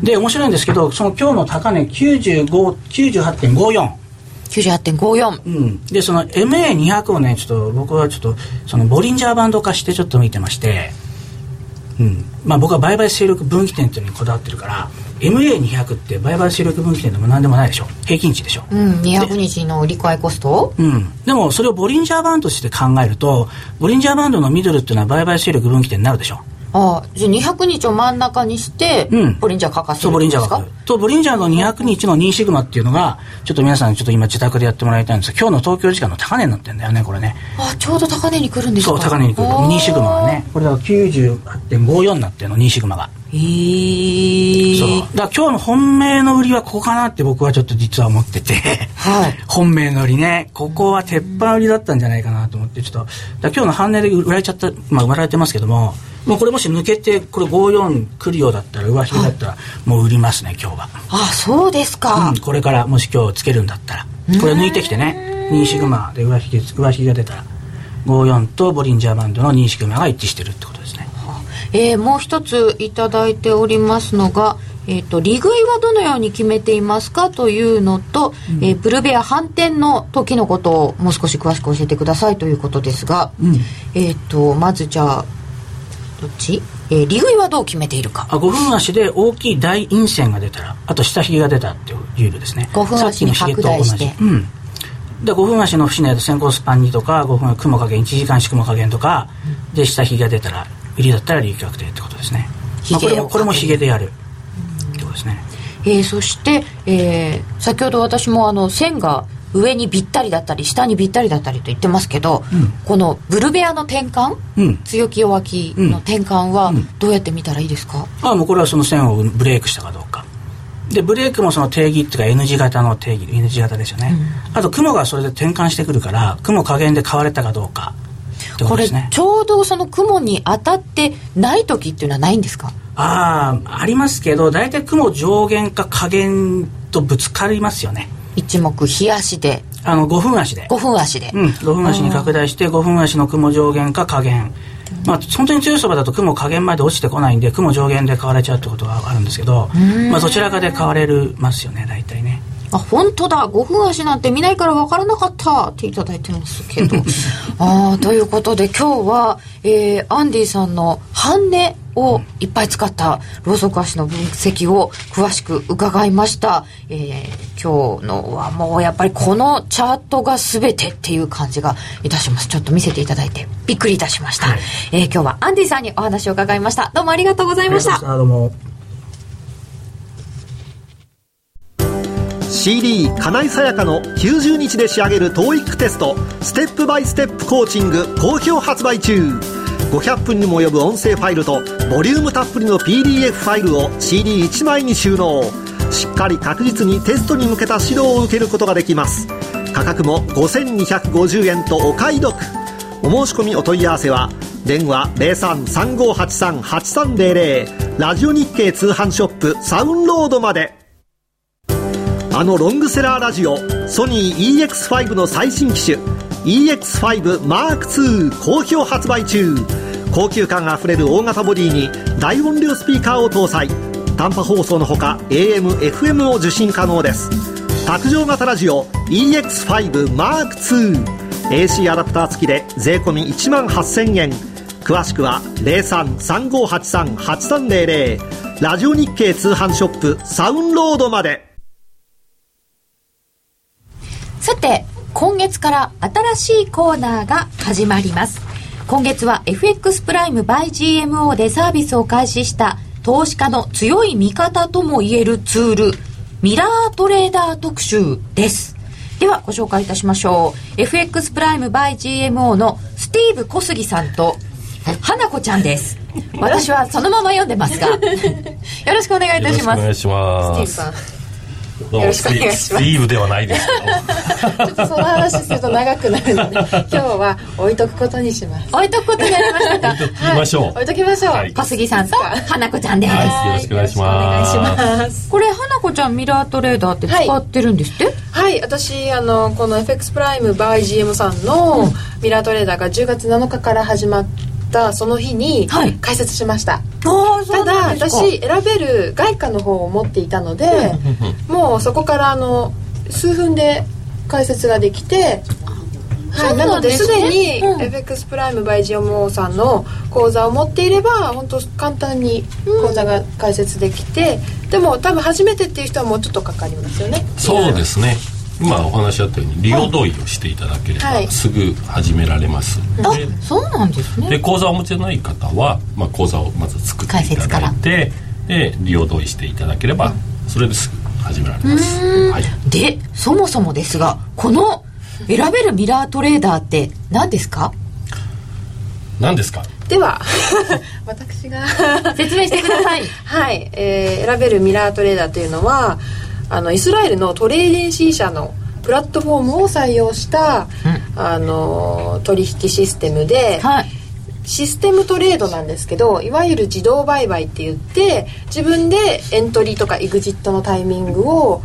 で面白いんですけどその今日の高値95 98.54
98.54
うん、でその MA200 をねちょっと僕はちょっとそのボリンジャーバンド化してちょっと見てまして、うんまあ、僕は売買勢力分岐点っていうのにこだわってるから MA200 って売買勢力分岐点でも何でもないでしょ平均値でしょ、
うん200日の売り買いコスト
うん、でもそれをボリンジャーバンドとして考えるとボリンジャーバンドのミドルっていうのは売買勢力分岐点になるでしょ
ああじゃあ200日を真ん中にして、
うん
ボリンジャーかかせ
そう
る
ボ
ん
リン
で
ジャ
す
ー
か
が来るとボリンジャーの200日の2シグマっていうのがちょっと皆さんちょっと今自宅でやってもらいたいんですが今日の東京時間の高値になってんだよねこれね
ああちょうど高値に来るんですか
そう高値に来るミニシグマはねこれだから98.54になってるの2シグマが、
へえ
そうだから今日の本命の売りはここかなって僕はちょっと実は思ってて [laughs]
はい
本命の売りねここは鉄板売りだったんじゃないかなと思ってちょっとだから今日の半値で売られちゃったまあ売られてますけどももうこれもし抜けてこれ54来るようだったら上引きだったらもう売りますね今日は
ああそうですか、
うん、これからもし今日つけるんだったらこれ抜いてきてね2シグマで上引き上引きが出たら54とボリンジャーバンドの2シグマが一致してるってことですね
えーもう一ついただいておりますのが、えー、と利食いはどのように決めていますかというのと、えーブルベア反転の時のことをもう少し詳しく教えてくださいということですが、
うん
えー、とまずじゃあどっち、えー利食いはどう決めているか
あ5分足で大きい大陰線が出たらあと下ひげが出たっていうルールですね
五分足に
さっきのひげ
拡大して
うんで5分足の節の先行スパン2とか5分足雲加減1時間足雲加減とかで下ひげが出たら売りだったら利益確定ってことですね、まあ、これもこれもひげでやるってことですね
えーそして、えー先ほど私もあの線が上にぴったりだったり下にぴったりだったりと言ってますけど、
うん
このブルベアの転換、
うん
強気弱気の転換は
うん
どうやって見たらいいですか、
あもうこれはその線をブレイクしたかどうかでブレイクもその定義っていうか N 字型の定義 N 字型ですよね、あと雲がそれで転換してくるから雲加減で買われたかどうかってこ
こと
で
れ
すね
ちょうどその雲に当たってない時っていうのはないんですか
ああありますけど大体雲上限か下限とぶつかりますよね
一目日足で
あの5分足で
5分足で、
うん、5分足に拡大して5分足の雲上限か下限まあ、本当に強いそばだと雲下限まで落ちてこないんで雲上限で買われちゃうってことがあるんですけど、まあ、どちらかで買われるますよね大体ね
あ本当だ5分足なんて見ないから分からなかったっていただいてますけ
[laughs]
どあーということで今日は、えーアンディさんの半値をいっぱい使ったロウソク足の分析を詳しく伺いました、えー今日のはもうやっぱりこのチャートが全てっていう感じがいたしますちょっと見せていただいてびっくりいたしました、
はい
えー今日はアンディさんにお話を伺いましたどうもありがとうございました
あどうも
CD 金井さやかの90日で仕上げる TOEIC テストステップバイステップコーチング好評発売中500分にも及ぶ音声ファイルとボリュームたっぷりの PDF ファイルを CD1 枚に収納しっかり確実にテストに向けた指導を受けることができます価格も5250円とお買い得お申し込みお問い合わせは電話0335838300ラジオ日経通販ショップサウンロードまであのロングセラーラジオソニー EX5 の最新機種 EX5M2 好評発売中高級感あふれる大型ボディに大音量スピーカーを搭載短波放送のほか AMFM を受信可能です卓上型ラジオ EX5M2AC アダプター付きで税込1万8000円詳しくは0335838300ラジオ日経通販ショップサウンロードまで
さて今月から新しいコーナーが始まります今月は FX プライム by GMO でサービスを開始した投資家の強い味方ともいえるツールミラートレーダー特集ですではご紹介いたしましょう FX プライム by GMO のスティーブ小杉さんと花子ちゃんです私はそのまま読んで
[laughs]
ますがよろしくお願いいたします
お願いします
さん
どう
よ
も
ろしくお願いします
スティーブではないです
ちょっとその話すると長くなるので今日は置いとくことにします
置いとくことになりましたか
けど行きましょう、
置いときましょう、
はい
小杉さんと花子ちゃんです、
はいよろしくお願いします
よろしくお願いします
これ花子ちゃんミラートレーダーって使ってるんですって、
はい私あのこの FX プライム by GM さんのミラートレーダーが10月7日から始まったその日に
はい
解説しました、
ああそ
た
うなん
だ
ですか
私選べる外貨の方を持っていたのでもうそこからあの数分で解説ができて
そ
は
う
い、な
なん
ので
です
す
ね
でに
うん
FX プライム by GMO さんの口座を持っていれば本当簡単に口座が解説できて、でも多分初めてっていう人はもうちょっとかかりますよね
そうですね今お話しあったように利用同意をしていただければ、
はい
すぐ始められます、で
あそうなんですね
で口座をお持ちでない方は、まあ、口座をまず作っていただいてで利用同意していただければそれですぐ始められます、はい、
でそもそもですがこの選べるミラートレーダーって何ですか
何ですか
では [laughs] 私が
説明してください
はい、えー選べるミラートレーダーというのはあのイスラエルのトレーデンシー社のプラットフォームを採用した、あのー取引システムで、
[laughs] はい
システムトレードなんですけどいわゆる自動売買って言って自分でエントリーとかエグジットのタイミングを、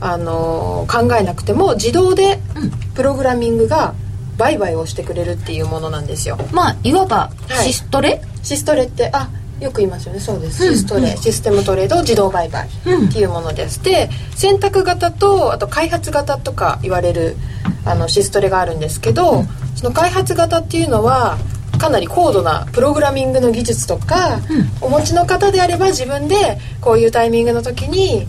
あのー考えなくても自動でプログラミングが売買をしてくれるっていうものなんですよ。
まあいわば
は
シ
い
ストレ、
シストレってあよく言いますよねそうです、シストレシステムトレード自動売買っていうものです、で選択型とあと開発型とか言われるあのシストレがあるんですけど、その開発型っていうのはかなり高度なプログラミングの技術とか、お持ちの方であれば自分でこういうタイミングの時に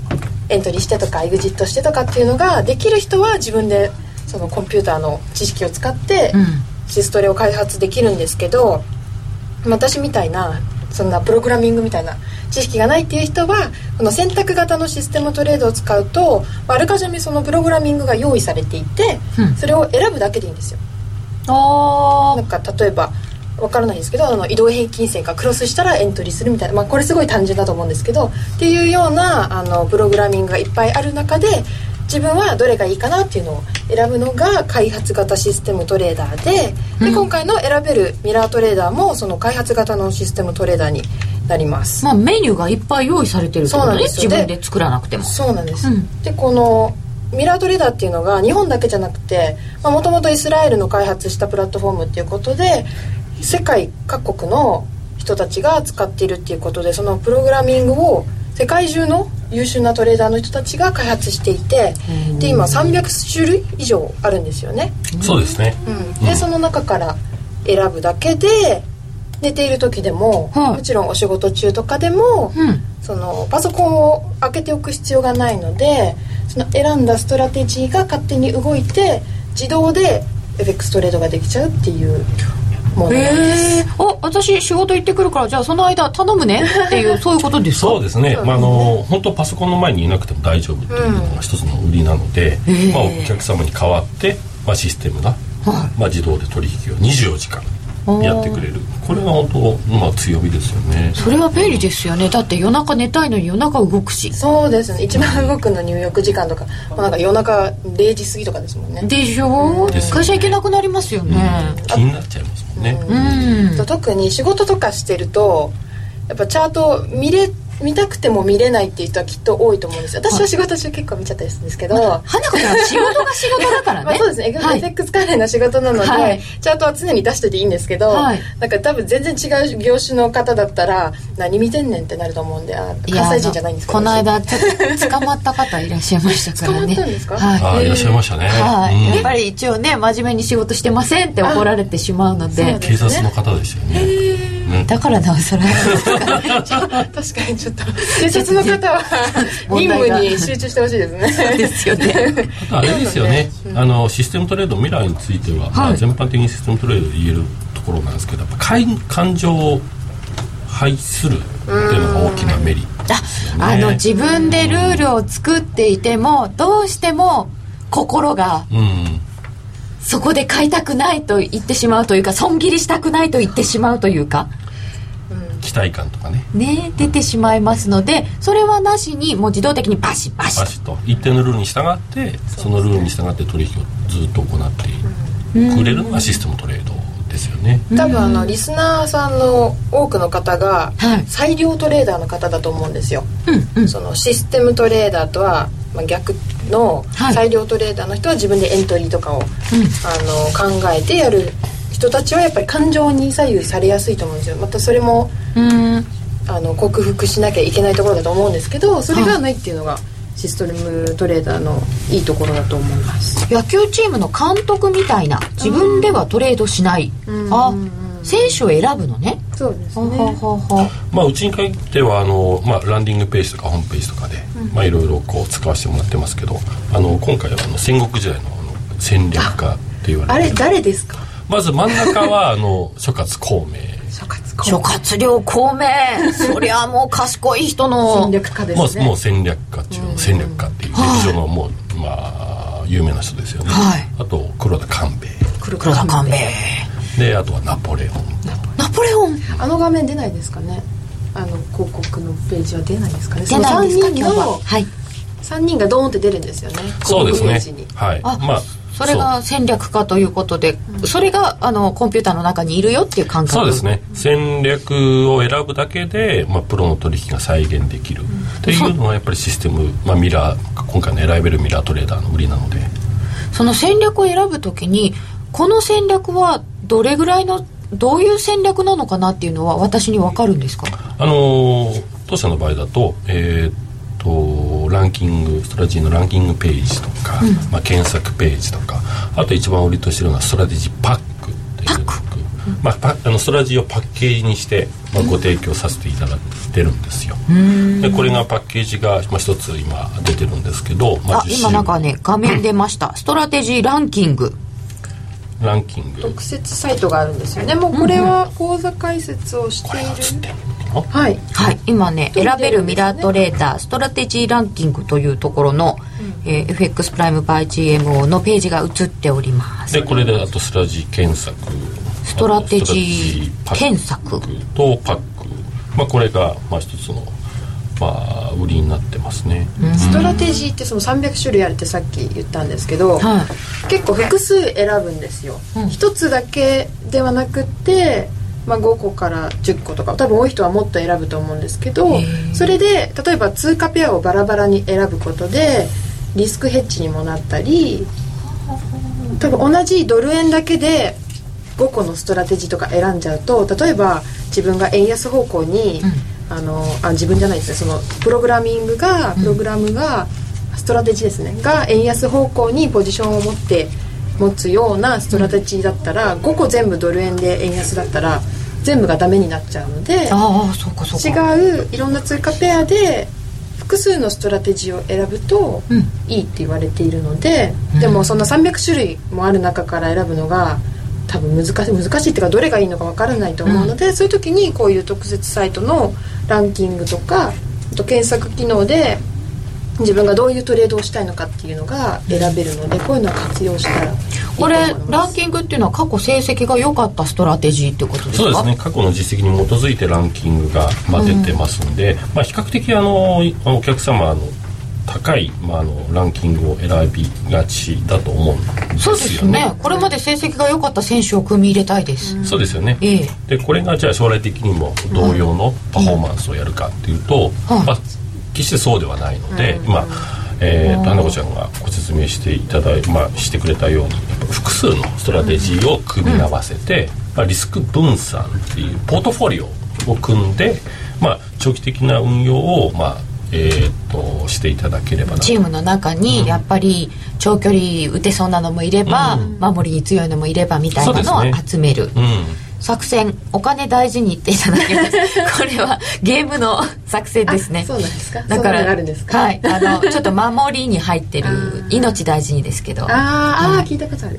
エントリーしてとかエグジットしてとかっていうのができる人は自分でそのコンピューターの知識を使って
うん
シストレを開発できるんですけど、私みたいなそんなプログラミングみたいな知識がないっていう人はこの選択型のシステムトレードを使うとまああらかじめそのプログラミングが用意されていて、
うん
それを選ぶだけでいいんですよ
あ
なんか例えばわからないですけどあの移動平均線がクロスしたらエントリーするみたいな、まあ、これすごい単純だと思うんですけどっていうようなあのプログラミングがいっぱいある中で自分はどれがいいかなっていうのを選ぶのが開発型システムトレーダーでで今回の選べるミラートレーダーもその開発型のシステムトレーダーになります。
まあメニューがいっぱい用意されてるってこと
そうなん
ね
です
自
よ
分
で
で作らなくても
そうなんです、
うん
でこのミラートレーダーっていうのが日本だけじゃなくてもともとイスラエルの開発したプラットフォームっていうことで世界各国の人たちが使っているっていうことでそのプログラミングを世界中の優秀なトレーダーの人たちが開発していてで今300種類以上あるんですよね、
そうですね
うん、でその中から選ぶだけで寝ている時でも、
はい
もちろんお仕事中とかでも、
うん
そのパソコンを開けておく必要がないのでその選んだストラテジーが勝手に動いて自動で FX トレードができちゃうっていうもの
へ
なんです、
えあ私仕事行ってくるからじゃあその間頼むねっていうそういうことですか
そうですね、まあ、あの本当パソコンの前にいなくても大丈夫っていうのが一つの売りなので、
ええ
まあ、お客様に代わって、まあ、システムが、まあ、自動で取引を24時間やってくれるこれが本当、まあ、強みですよね
それは便利ですよねだって夜中寝たいのに夜中動くし
そうですね一番動くの入浴時間とか,、まあ、なんか夜中0時過ぎとかですもんね
でしょ
ですよね
会社行けなくなりますよね
気になっちゃいますもんね、
うん
特に仕事とかしてるとやっぱチャート見れ見たくても見れないっていう人はきっと多いと思うんですよ私は仕事中結構見ちゃったりするんですけど、
花子ちゃんは仕事が仕事だから
[laughs] まあ、
ね
そうですね、
はい
FX 関連の仕事なので、
はい
チャートは常に出してていいんですけど、
はい
なんか多分全然違う業種の方だったら何見てんねんってなると思うんであ
いや
関西人じゃないんですか
この間ちょっと捕まった方いらっしゃいましたからね
捕まったんですか
はい
ああいらっしゃいましたね、
はい、や
う
っ
ん
ぱり一応ね真面目に仕事してませんって怒られてしまうの
あそう
で
です
警察の方ですよね
だからなおさら
確かにちょっ
[laughs]
と警察の方は
問
任
題
務
が
に集中してほしいですね
ですよね
あとあれですよね、あのシステムトレード未来については、まあ
はい
全般的にシステムトレードで言えるところなんですけどやっぱ感感情を排するっていうのが大きなメリットですよね
あの自分でルールを作っていてもどうしても心が
うん
そこで買いたくないと言ってしまうというか損切りしたくないと言ってしまうというか
期待感とかね
ね出てしまいますのでそれはなしにもう自動的にバシバシ
バシッと一定のルールに従ってそのルールに従って取引をずっと行ってくれるのがシステムトレードですよね、
[laughs] 多分あのリスナーさんの多くの方が
はい
裁量トレーダーの方だと思うんですよ、そのシステムトレーダーとはまあ逆の
はい
裁量トレーダーの人は自分でエントリーとかを、あの考えてやる人たちはやっぱり感情に左右されやすいと思うんですよまたそれも
うん
あの克服しなきゃいけないところだと思うんですけどそれがないっていうのがシステムトレーダーのいいところだと思います
野球チームの監督みたいな自分ではトレードしない、あ選手を選ぶのね
そうです
ほうほうほうほう
まあ、うちに限ってはあの、まあ、ランディングページとかホームページとかで、まあ、いろいろこう使わせてもらってますけどあの今回はあの戦国時代のあの戦略家って言われ
あ
てる
れ誰ですか
まず真ん中はあの諸葛孔明
諸葛孔
諸葛亮孔明そりゃもう賢い人の
[laughs] 戦略家で
も
す
う
ね
もう戦略家中の戦略家っていう劇場のもう、まあ有名な人ですよね、
はい
あと黒田官兵衛
黒
黒田官兵衛
であとはナポレオン
ナポレオン
あの画面出ないですかねあの広告のページは出ないですかね
出ないんですか
その
今日
三人
は
の
はい
三人がドーンって出るんですよね
そうです
広告ページに
ねはい
あ
まあ
それ
そう
が戦略家ということでそれがあのコンピューターの中にいるよっていう感覚
そうですね戦略を選ぶだけで、まあ、プロの取引が再現できるっていうのはやっぱりシステム、まあ、ミラー今回の選べるミラートレーダーの売りなので
その戦略を選ぶときにこの戦略はどれぐらいのどういう戦略なのかなっていうのは私に分かるんですか
あのー当社の場合だと,、えーっとランキングストラテジーのランキングページとか、まあ、検索ページとかあと一番売りとしてるのはストラテジーパックっていうのがまあ、パあのストラテジーをパッケージにして、まあ、ご提供させていただいてるんですよでこれがパッケージが、まあ、一つ今出てるんですけど、ま
あ
10
今なんかね画面出ましたストラテジーランキング
ランキング
特設サイトがあるんですよねもうこれは講座解説をして
これが映っ
い
て
る
るの
はい
はい、今ね
うん
選べるミラートレーダーストラテジーランキングというところの、えー FX プライムバイ GMO のページが映っております
でこれであとストラテジー検索
ストラテジー検索
とパック、まあ、これがまあ一つの、まあ、売りになってますね、
ストラテジーってその300種類あるってさっき言ったんですけど、
は
結構複数選ぶんですよ
うん
一、つだけではなくって、まあ、5個から10個とか多分多い人はもっと選ぶと思うんですけどそれで例えば通貨ペアをバラバラに選ぶことでリスクヘッジにもなったり多分同じドル円だけで5個のストラテジーとか選んじゃうと例えば自分が円安方向に、あのあ自分じゃないですねそのプログラミングがプログラムが、ストラテジーですねが円安方向にポジションを持って持つようなストラテジーだったら、5個全部ドル円で円安だったら全部がダメになっちゃうので
ああそうかそうか
違ういろんな通貨ペアで複数のストラテジーを選ぶと
うん
いいって言われているので、でもそんな300種類もある中から選ぶのが多分難しい難しいっていうかどれがいいのかわからないと思うので、そういう時にこういう特設サイトのランキングとかあと検索機能で自分がどういうトレードをしたいのかっていうのが選べるのでこういうのを活用したらいいと
こ
思い
れ
ます
ランキングっていうのは過去成績が良かったストラテジーってことですか
そうですね過去の実績に基づいてランキングが、まあ、出てますんで、まあ、比較的あのお客様の高い、まあ、あのランキングを選びがちだと思うんですよね。
そうですねこれまで成績が良かった選手を組み入れたいです、
そうですよね、
ええ
でこれがじゃあ将来的にも同様のパフォーマンスをやるかっていうと、
はい
まあ、決してそうではないので、今、えー、と花子ちゃんがご説明していただい、まあ、してくれたようにやっぱ複数のストラテジーを組み合わせて、まあ、リスク分散っていうポートフォリオを組んで、まあ、長期的な運用を、まあえー、としていただければなと
チームの中にやっぱり長距離打てそうなのもいれば、守りに強いのもいればみたいなの
そうで
を
すね
集める、
うん
作戦お金大事に言っていただ
[laughs]
きますこれはゲームの作戦ですね
あそうなんですか
だか
そんなの
ら
があるんですか
はい、あのちょっと守りに入ってる命大事にですけどはい
あーあー聞いたことある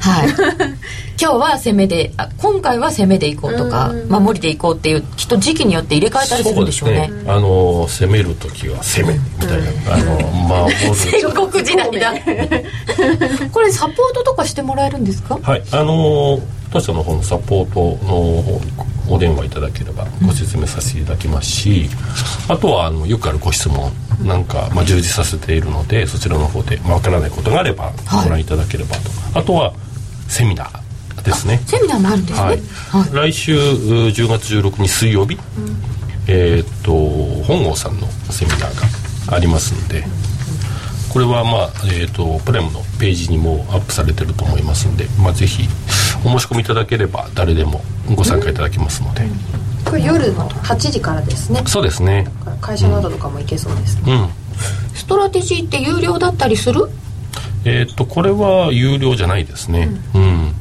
今日は攻めであ今回は攻めでいこうとか
うん
守りでいこうっていうきっと時期によって入れ替えたりするんでしょうね
そですあの攻める時は攻めみたいな、あの守る
戦国時代だこれサポートとかしてもらえるんですか
はい、あのー当社の方のサポートの方にお電話いただければご説明させていただきますし、あとはあのよくあるご質問なんか、まあ、従事させているのでそちらの方で、まあ、わからないことがあればご覧いただければと、あとはセミナーですね
セミナーもあるんですね、
はい、来週うー10月16日水曜日、えーっと本郷さんのセミナーがありますんでこれはまあ、えーっとプライムのページにもアップされてると思いますんで、まあ、ぜひお申し込みいただければ誰でもご参加いただけますので、
これ夜の8時からですね
そうですね
だから会社などとかも行けそうですね
うん
ストラテジーって有料だったりする
えーっとこれは有料じゃないですねうん、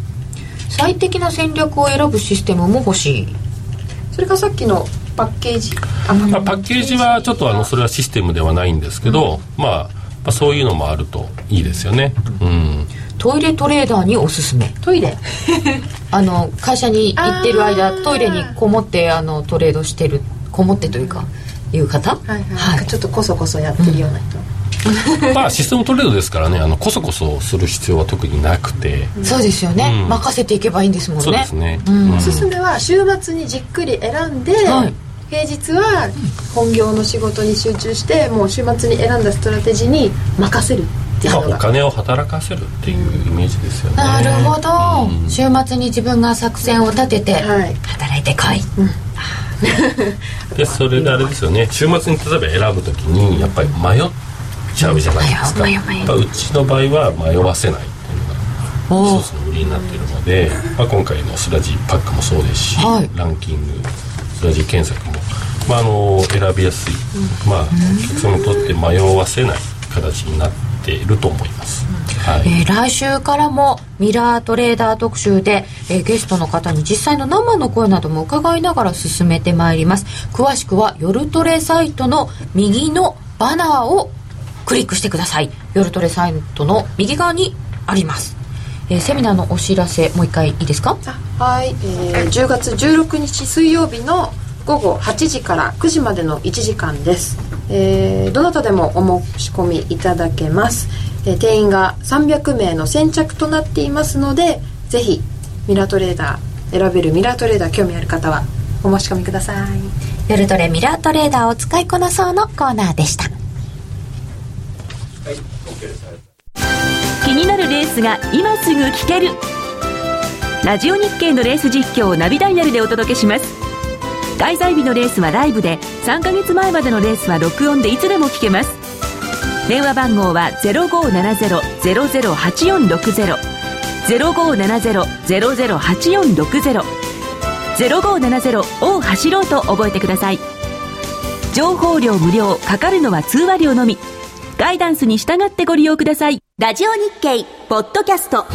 最適な戦略を選ぶシステムも欲しい
それがさっきのパッケージあ
まあ、パッケージはちょっとあのそれはシステムではないんですけど、まあ、まあそういうのもあるといいですよねうん
トイレトレーダーにおすすめ
トイレ
[laughs] あの会社に行ってる
あ
間
ー
トイレにこもってあのトレードしてるこもってというかいう方は
はいはい、なんかちょっとこそこそやってるような人、
まあシステムトレードですからねあのこそこそする必要は特になくて、
そうですよね、
うん
任せていけばいいんですもんね
そうですね、
うん
おすすめは週末にじっくり選んで、
はい
平日は本業の仕事に集中してもう週末に選んだストラテジーに任せるっていう
まあ
の
お
が
金を働かせるっていうイメージですよね
なるほど、
うん
週末に自分が作戦を立てて、
はい
働いてこい、
でそれであれですよね週末に例えば選ぶときにやっぱり迷っちゃうじゃないですか
迷う迷う迷う
やっぱうちの場合は迷わせないっていうのが
お
一
う
つの売りになっているので、まあ、今回のスラジーパックもそうですし、
はい
ランキングスラジー検索も、まあ、あの選びやすい、まあ、お客様にとって迷わせない形になっていると思います、はい
えー来週からもミラートレーダー特集で、えーゲストの方に実際の生の声なども伺いながら進めてまいります詳しくは夜トレサイトの右のバナーをクリックしてください夜トレサイトの右側にあります、えーセミナーのお知らせもう一回いいですか
あはい、えー10月16日水曜日の午後8時から9時までの1時間です、えーどなたでもお申し込みいただけます、えー定員が300名の先着となっていますのでぜひミラートレーダー選べるミラートレーダー興味ある方はお申し込みください
夜トレミラートレーダーを使いこなそうのコーナーでした
気になるレースが今すぐ聞けるラジオ日経のレース実況をナビダイヤルでお届けします開催日のレースはライブで3ヶ月前までのレースは録音でいつでも聞けます電話番号は0570-008460 0570-008460 0570を走ろうと覚えてください情報量無料かかるのは通話料のみガイダンスに従ってご利用くださいラジオ日経ポッドキャスト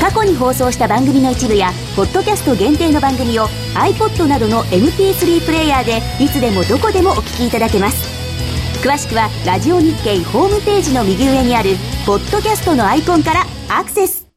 過去に放送した番組の一部やポッドキャスト限定の番組を iPod などの MP3 プレイヤーでいつでもどこでもお聞きいただけます詳しくはラジオ日経ホームページの右上にあるポッドキャストのアイコンからアクセス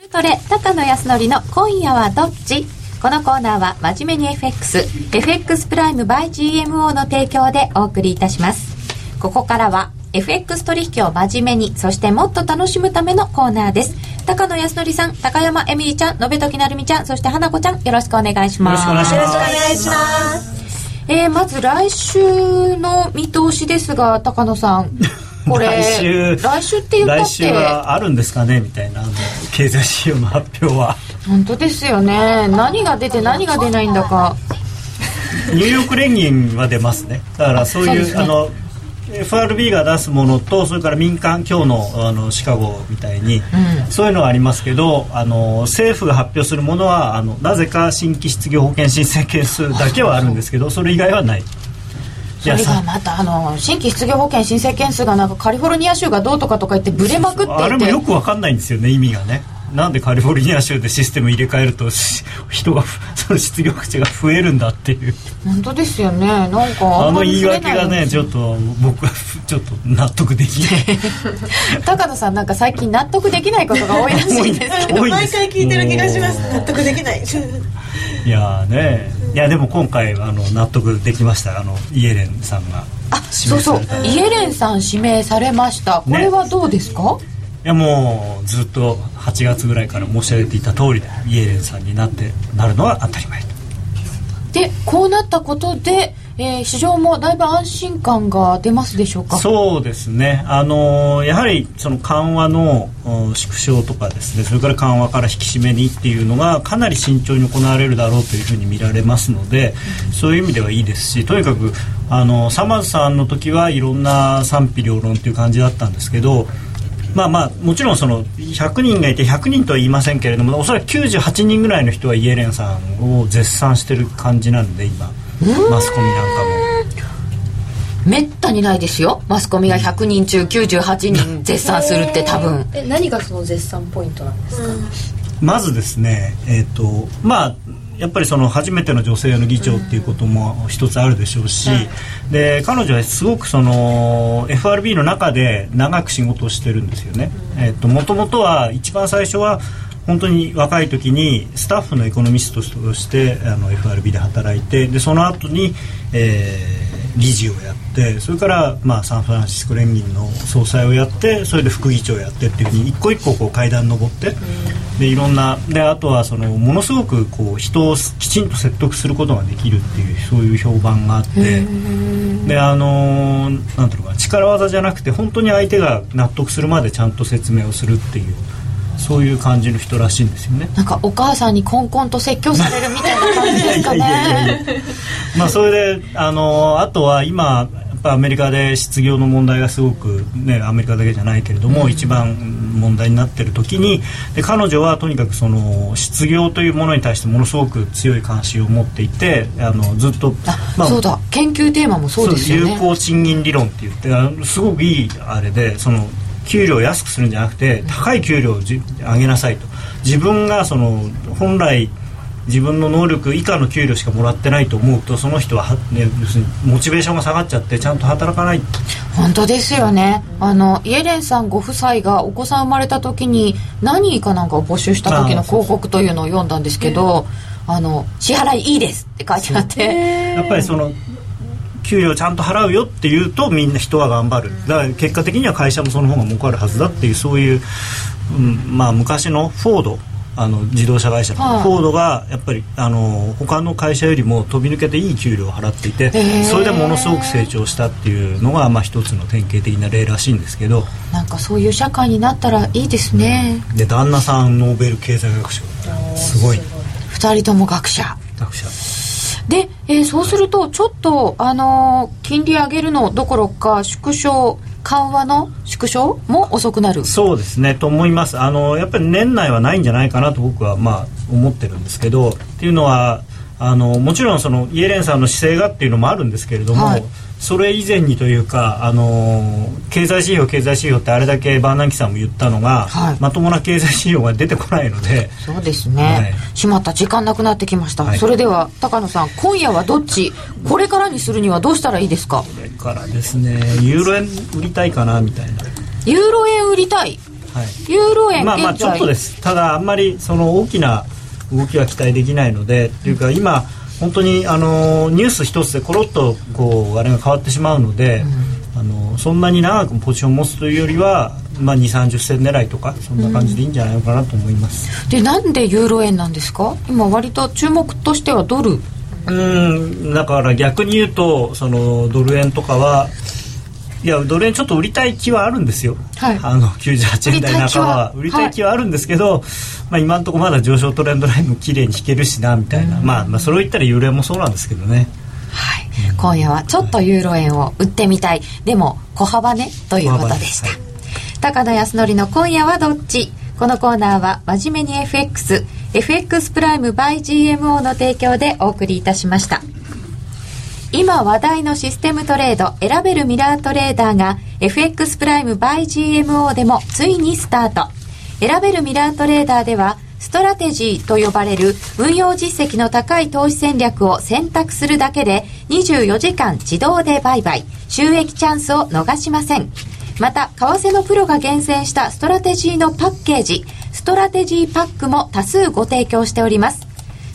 夜トレ高野康則の今夜はどっちこのコーナーは真面目に FX、FX プライム by GMO の提供でお送りいたします。ここからは FX 取引を真面目に、そしてもっと楽しむためのコーナーです。高野康則さん、高山エミリちゃん、延時なるみちゃん、そして花子ちゃん、よろしくお願いします。
よろしくお願いしますよろしくお願い
願いします
えー、まず来週の見通しですが高野さんこ
[laughs]
れ
来週
来週って言った
来
っ
週
て
はあるんですかねみたいなあの経済指標の発表は
本当ですよね何が出て何が出ないんだか
ニューヨーク連銀は出ますねだからそう
そう
い
で
う
すね
あの FRB が出すものとそれから民間今日のあのシカゴみたいに、そういうのはありますけどあの政府が発表するものはあのなぜか新規失業保険申請件数だけはあるんですけどそれ以外はない
それがまたあの新規失業保険申請件数がなんかカリフォルニア州がどうとかとか言ってブレまくっていて
あれもよくわかんないんですよね意味がねなんでカリフォルニア州でシステム入れ替えるとし人がその失業口が増えるんだっていう
本当ですよねなんか
あ
あん
の
ま
言
り
い
触れ
訳
ない
がねちょっと僕は [laughs] ちょっと納得でき
[laughs]
ない
高野さんなんか最近納得できないことが多いらし
[laughs]
いんですけど
多いで
毎
す
回聞いてる気がします納得できない
いやーねいやでも今回あの納得できましたあのイエレンさんが
あそうそうイエレンさん指名されましたこれはどうですか、
いやもうずっと8月ぐらいから申し上げていた通りでイエレンさんになってなるのは当たり前と
でこうなったことで、えー市場もだいぶ安心感が出ますでしょうか
そうですね、あのーやはりその緩和のうん縮小とかですねそれから緩和から引き締めにっていうのがかなり慎重に行われるだろうというふうに見られますので、そういう意味ではいいですしとにかくあのサマーズさんの時はいろんな賛否両論という感じだったんですけど。まあまあ、もちろんその100人がいて100人とは言いませんけれどもおそらく98人ぐらいの人はイエレンさんを絶賛してる感じなんで今マスコミなんかも。
めったにないですよマスコミが100人中98人絶賛するって多分
え何がその絶賛ポイントなんですか、
まずですね、えーとまあ、やっぱりその初めての女性の議長っていうことも一つあるでしょうし、で彼女はすごくその FRB の中で長く仕事をしてるんですよね。えーと元々は一番最初は本当に若い時にスタッフのエコノミストとしてあの FRB で働いてでその後に、えー理事をやってそれから、まあ、サンフランシスコ連銀の総裁をやってそれで副議長をやってっていうふうに一個一個こう階段登ってでいろんなであとはそのものすごくこう人をきちんと説得することができるっていうそういう評判があって。であのーなんていうのかな力技じゃなくて本当に相手が納得するまでちゃんと説明をするっていうそういう感じの人らしいんですよね
なんかお母さんにコンコンと説教されるみたいな感じですか
いやいやい
ね
やいやまあそれであのあとは今やっぱアメリカで失業の問題がすごく、ね、アメリカだけじゃないけれども、一番問題になってる時にで彼女はとにかくその失業というものに対してものすごく強い関心を持っていてあのずっと
あ、
まあ
そうだ研究テーマもそうですよ
有
ね
効賃金理論って言ってあのすごくいいあれでその給料を安くするんじゃなくて高い給料をじ上げなさいと自分がその本来自分の能力以下の給料しかもらってないと思うとその人はは、ね、要するにモチベーションが下がっちゃってちゃんと働かない
本当ですよねあのイエレンさんご夫妻がお子さん生まれた時に何かなんかを募集した時の広告というのを読んだんですけど「あの支払いいいです」って書いてあって
やっぱりその給料ちゃんと払うよって言うとみんな人は頑張るだから結果的には会社もその方が儲かるはずだっていうそういう、うんまあ、昔のフォードあの自動車会社
は
の
い
フォードがやっぱりあの他の会社よりも飛び抜けていい給料を払っていて
へー
それでものすごく成長したっていうのがまあ一つの典型的な例らしいんですけど
なんかそういう社会になったらいいですね
で旦那さんノーベル経済学賞すごい
二人とも学者
学者
で、えーそうするとちょっと、あのー金利上げるのどころか縮小緩和の縮小も遅くなる
そうですねと思いますあのやっぱり年内はないんじゃないかなと僕はまあ思ってるんですけどっていうのはあのもちろんそのイエレンさんの姿勢がっていうのもあるんですけれども、
はい
それ以前にというかあの経済指標経済指標ってあれだけバーナンキさんも言ったのが、
はい
まともな経済指標が出てこないので
そうですね、
はい
しまった時間なくなってきました、
はい
それでは高野さん今夜はどっちこれからにするにはどうしたらいいですか
これからですねユーロ円売りたいかなみたいな。
ユーロ円売りたい
はい
ユーロ円現在、
まあまあちょっとですただあんまりその大きな動きは期待できないのでっていうか今本当にあのニュース一つでコロッとこうあれが変わってしまうので、あのそんなに長くポジションを持つというよりは、まあ、2 3 0銭狙いとかそんな感じでいいんじゃないのかなと思います、
でなんでユーロ円なんですか今割と注目としてはドル
うんだから逆に言うとそのドル円とかはいやドル円ちょっと売りたい気はあるんですよ、
はい
あの98円台半ばは売
売り
り
た
た
い
い
気
気はあるんですけど、まあ、今のところまだ上昇トレンドラインも綺麗に引けるしなみたいな、まあ、まあそれを言ったらユーロ円もそうなんですけどね
はい今夜はちょっとユーロ円を売ってみたいでも小幅ねということでした、
はい
高野康則の今夜はどっちこのコーナーは真面目に FXFX プライム by GMO の提供でお送りいたしました今話題のシステムトレード選べるミラートレーダーが FX プライム by GMO でもついにスタート選べるミラートレーダーではストラテジーと呼ばれる運用実績の高い投資戦略を選択するだけで24時間自動で売買収益チャンスを逃しませんまた為替のプロが厳選したストラテジーのパッケージストラテジーパックも多数ご提供しております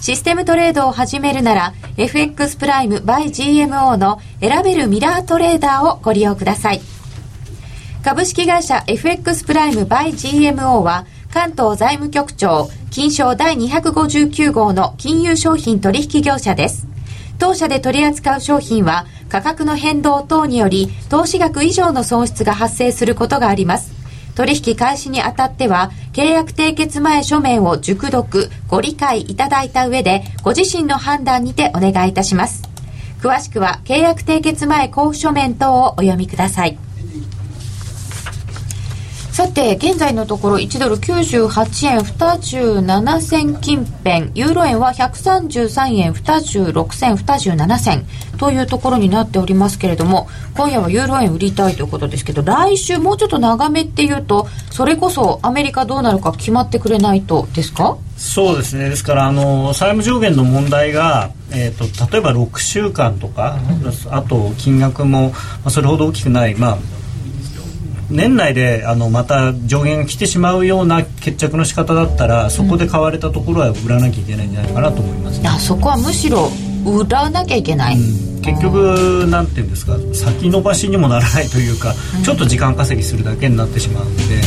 システムトレードを始めるなら FX プライム by GMO の選べるミラートレーダーをご利用ください株式会社 FX プライム by GMO は関東財務局長金賞第259号の金融商品取引業者です当社で取り扱う商品は価格の変動等により投資額以上の損失が発生することがあります取引開始にあたっては契約締結前書面を熟読ご理解いただいた上でご自身の判断にてお願いいたします詳しくは契約締結前交付書面等をお読みくださいさて現在のところ1ドル98円27銭近辺ユーロ円は133円26銭27銭というところになっておりますけれども今夜はユーロ円売りたいということですけど来週もうちょっと長めっていうとそれこそアメリカどうなるか決まってくれないとですか
そうですねですからあの債務上限の問題が、えー、と例えば6週間とか、あと金額も、まあ、それほど大きくない、まあ、年内であのまた上限が来てしまうような決着の仕方だったらそこで買われたところは売らなきゃいけないんじゃないかなと思います、
いやそこはむしろ売らなきゃいけない、
うん結局なんていうんですか先延ばしにもならないというか、ちょっと時間稼ぎするだけになってしまうので、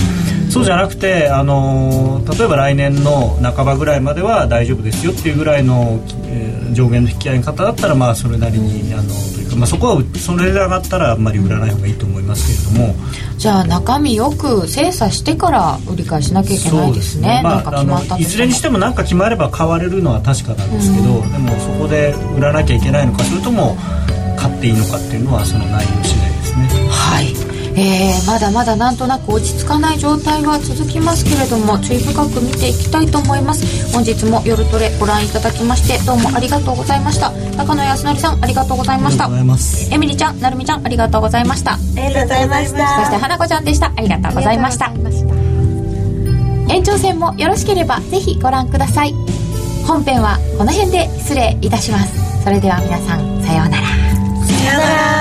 そうじゃなくて、あのー例えば来年の半ばぐらいまでは大丈夫ですよっていうぐらいの、えー上限の引き上げ方だったらまあそれなりに、あのというか、まあ、そこはそれで上がったらあんまり売らない方がいいと思いますけれども。
じゃあ中身よく精査してから売り買いしなきゃいけないですね
ま
なんか
あ、あ
決まった
のいずれにしてても何か決まれば買われるのは確かなんですけど、でもそこで売らなきゃいけないのかそれとも買っていいのかっていうのはその内容次第ですね。
はい、えーまだまだなんとなく落ち着かない状態は続きますけれども注意深く見ていきたいと思います本日も夜トレご覧いただきましてどうもありがとうございました高野康則さんありがとうございました
ありがとうございます
エミリちゃんなるみちゃんありがとうございました
ありがとうございました
そして花子ちゃんでしたありがとうございました延長戦もよろしければぜひご覧ください本編はこの辺で失礼いたしますそれでは皆さんさようなら
さようなら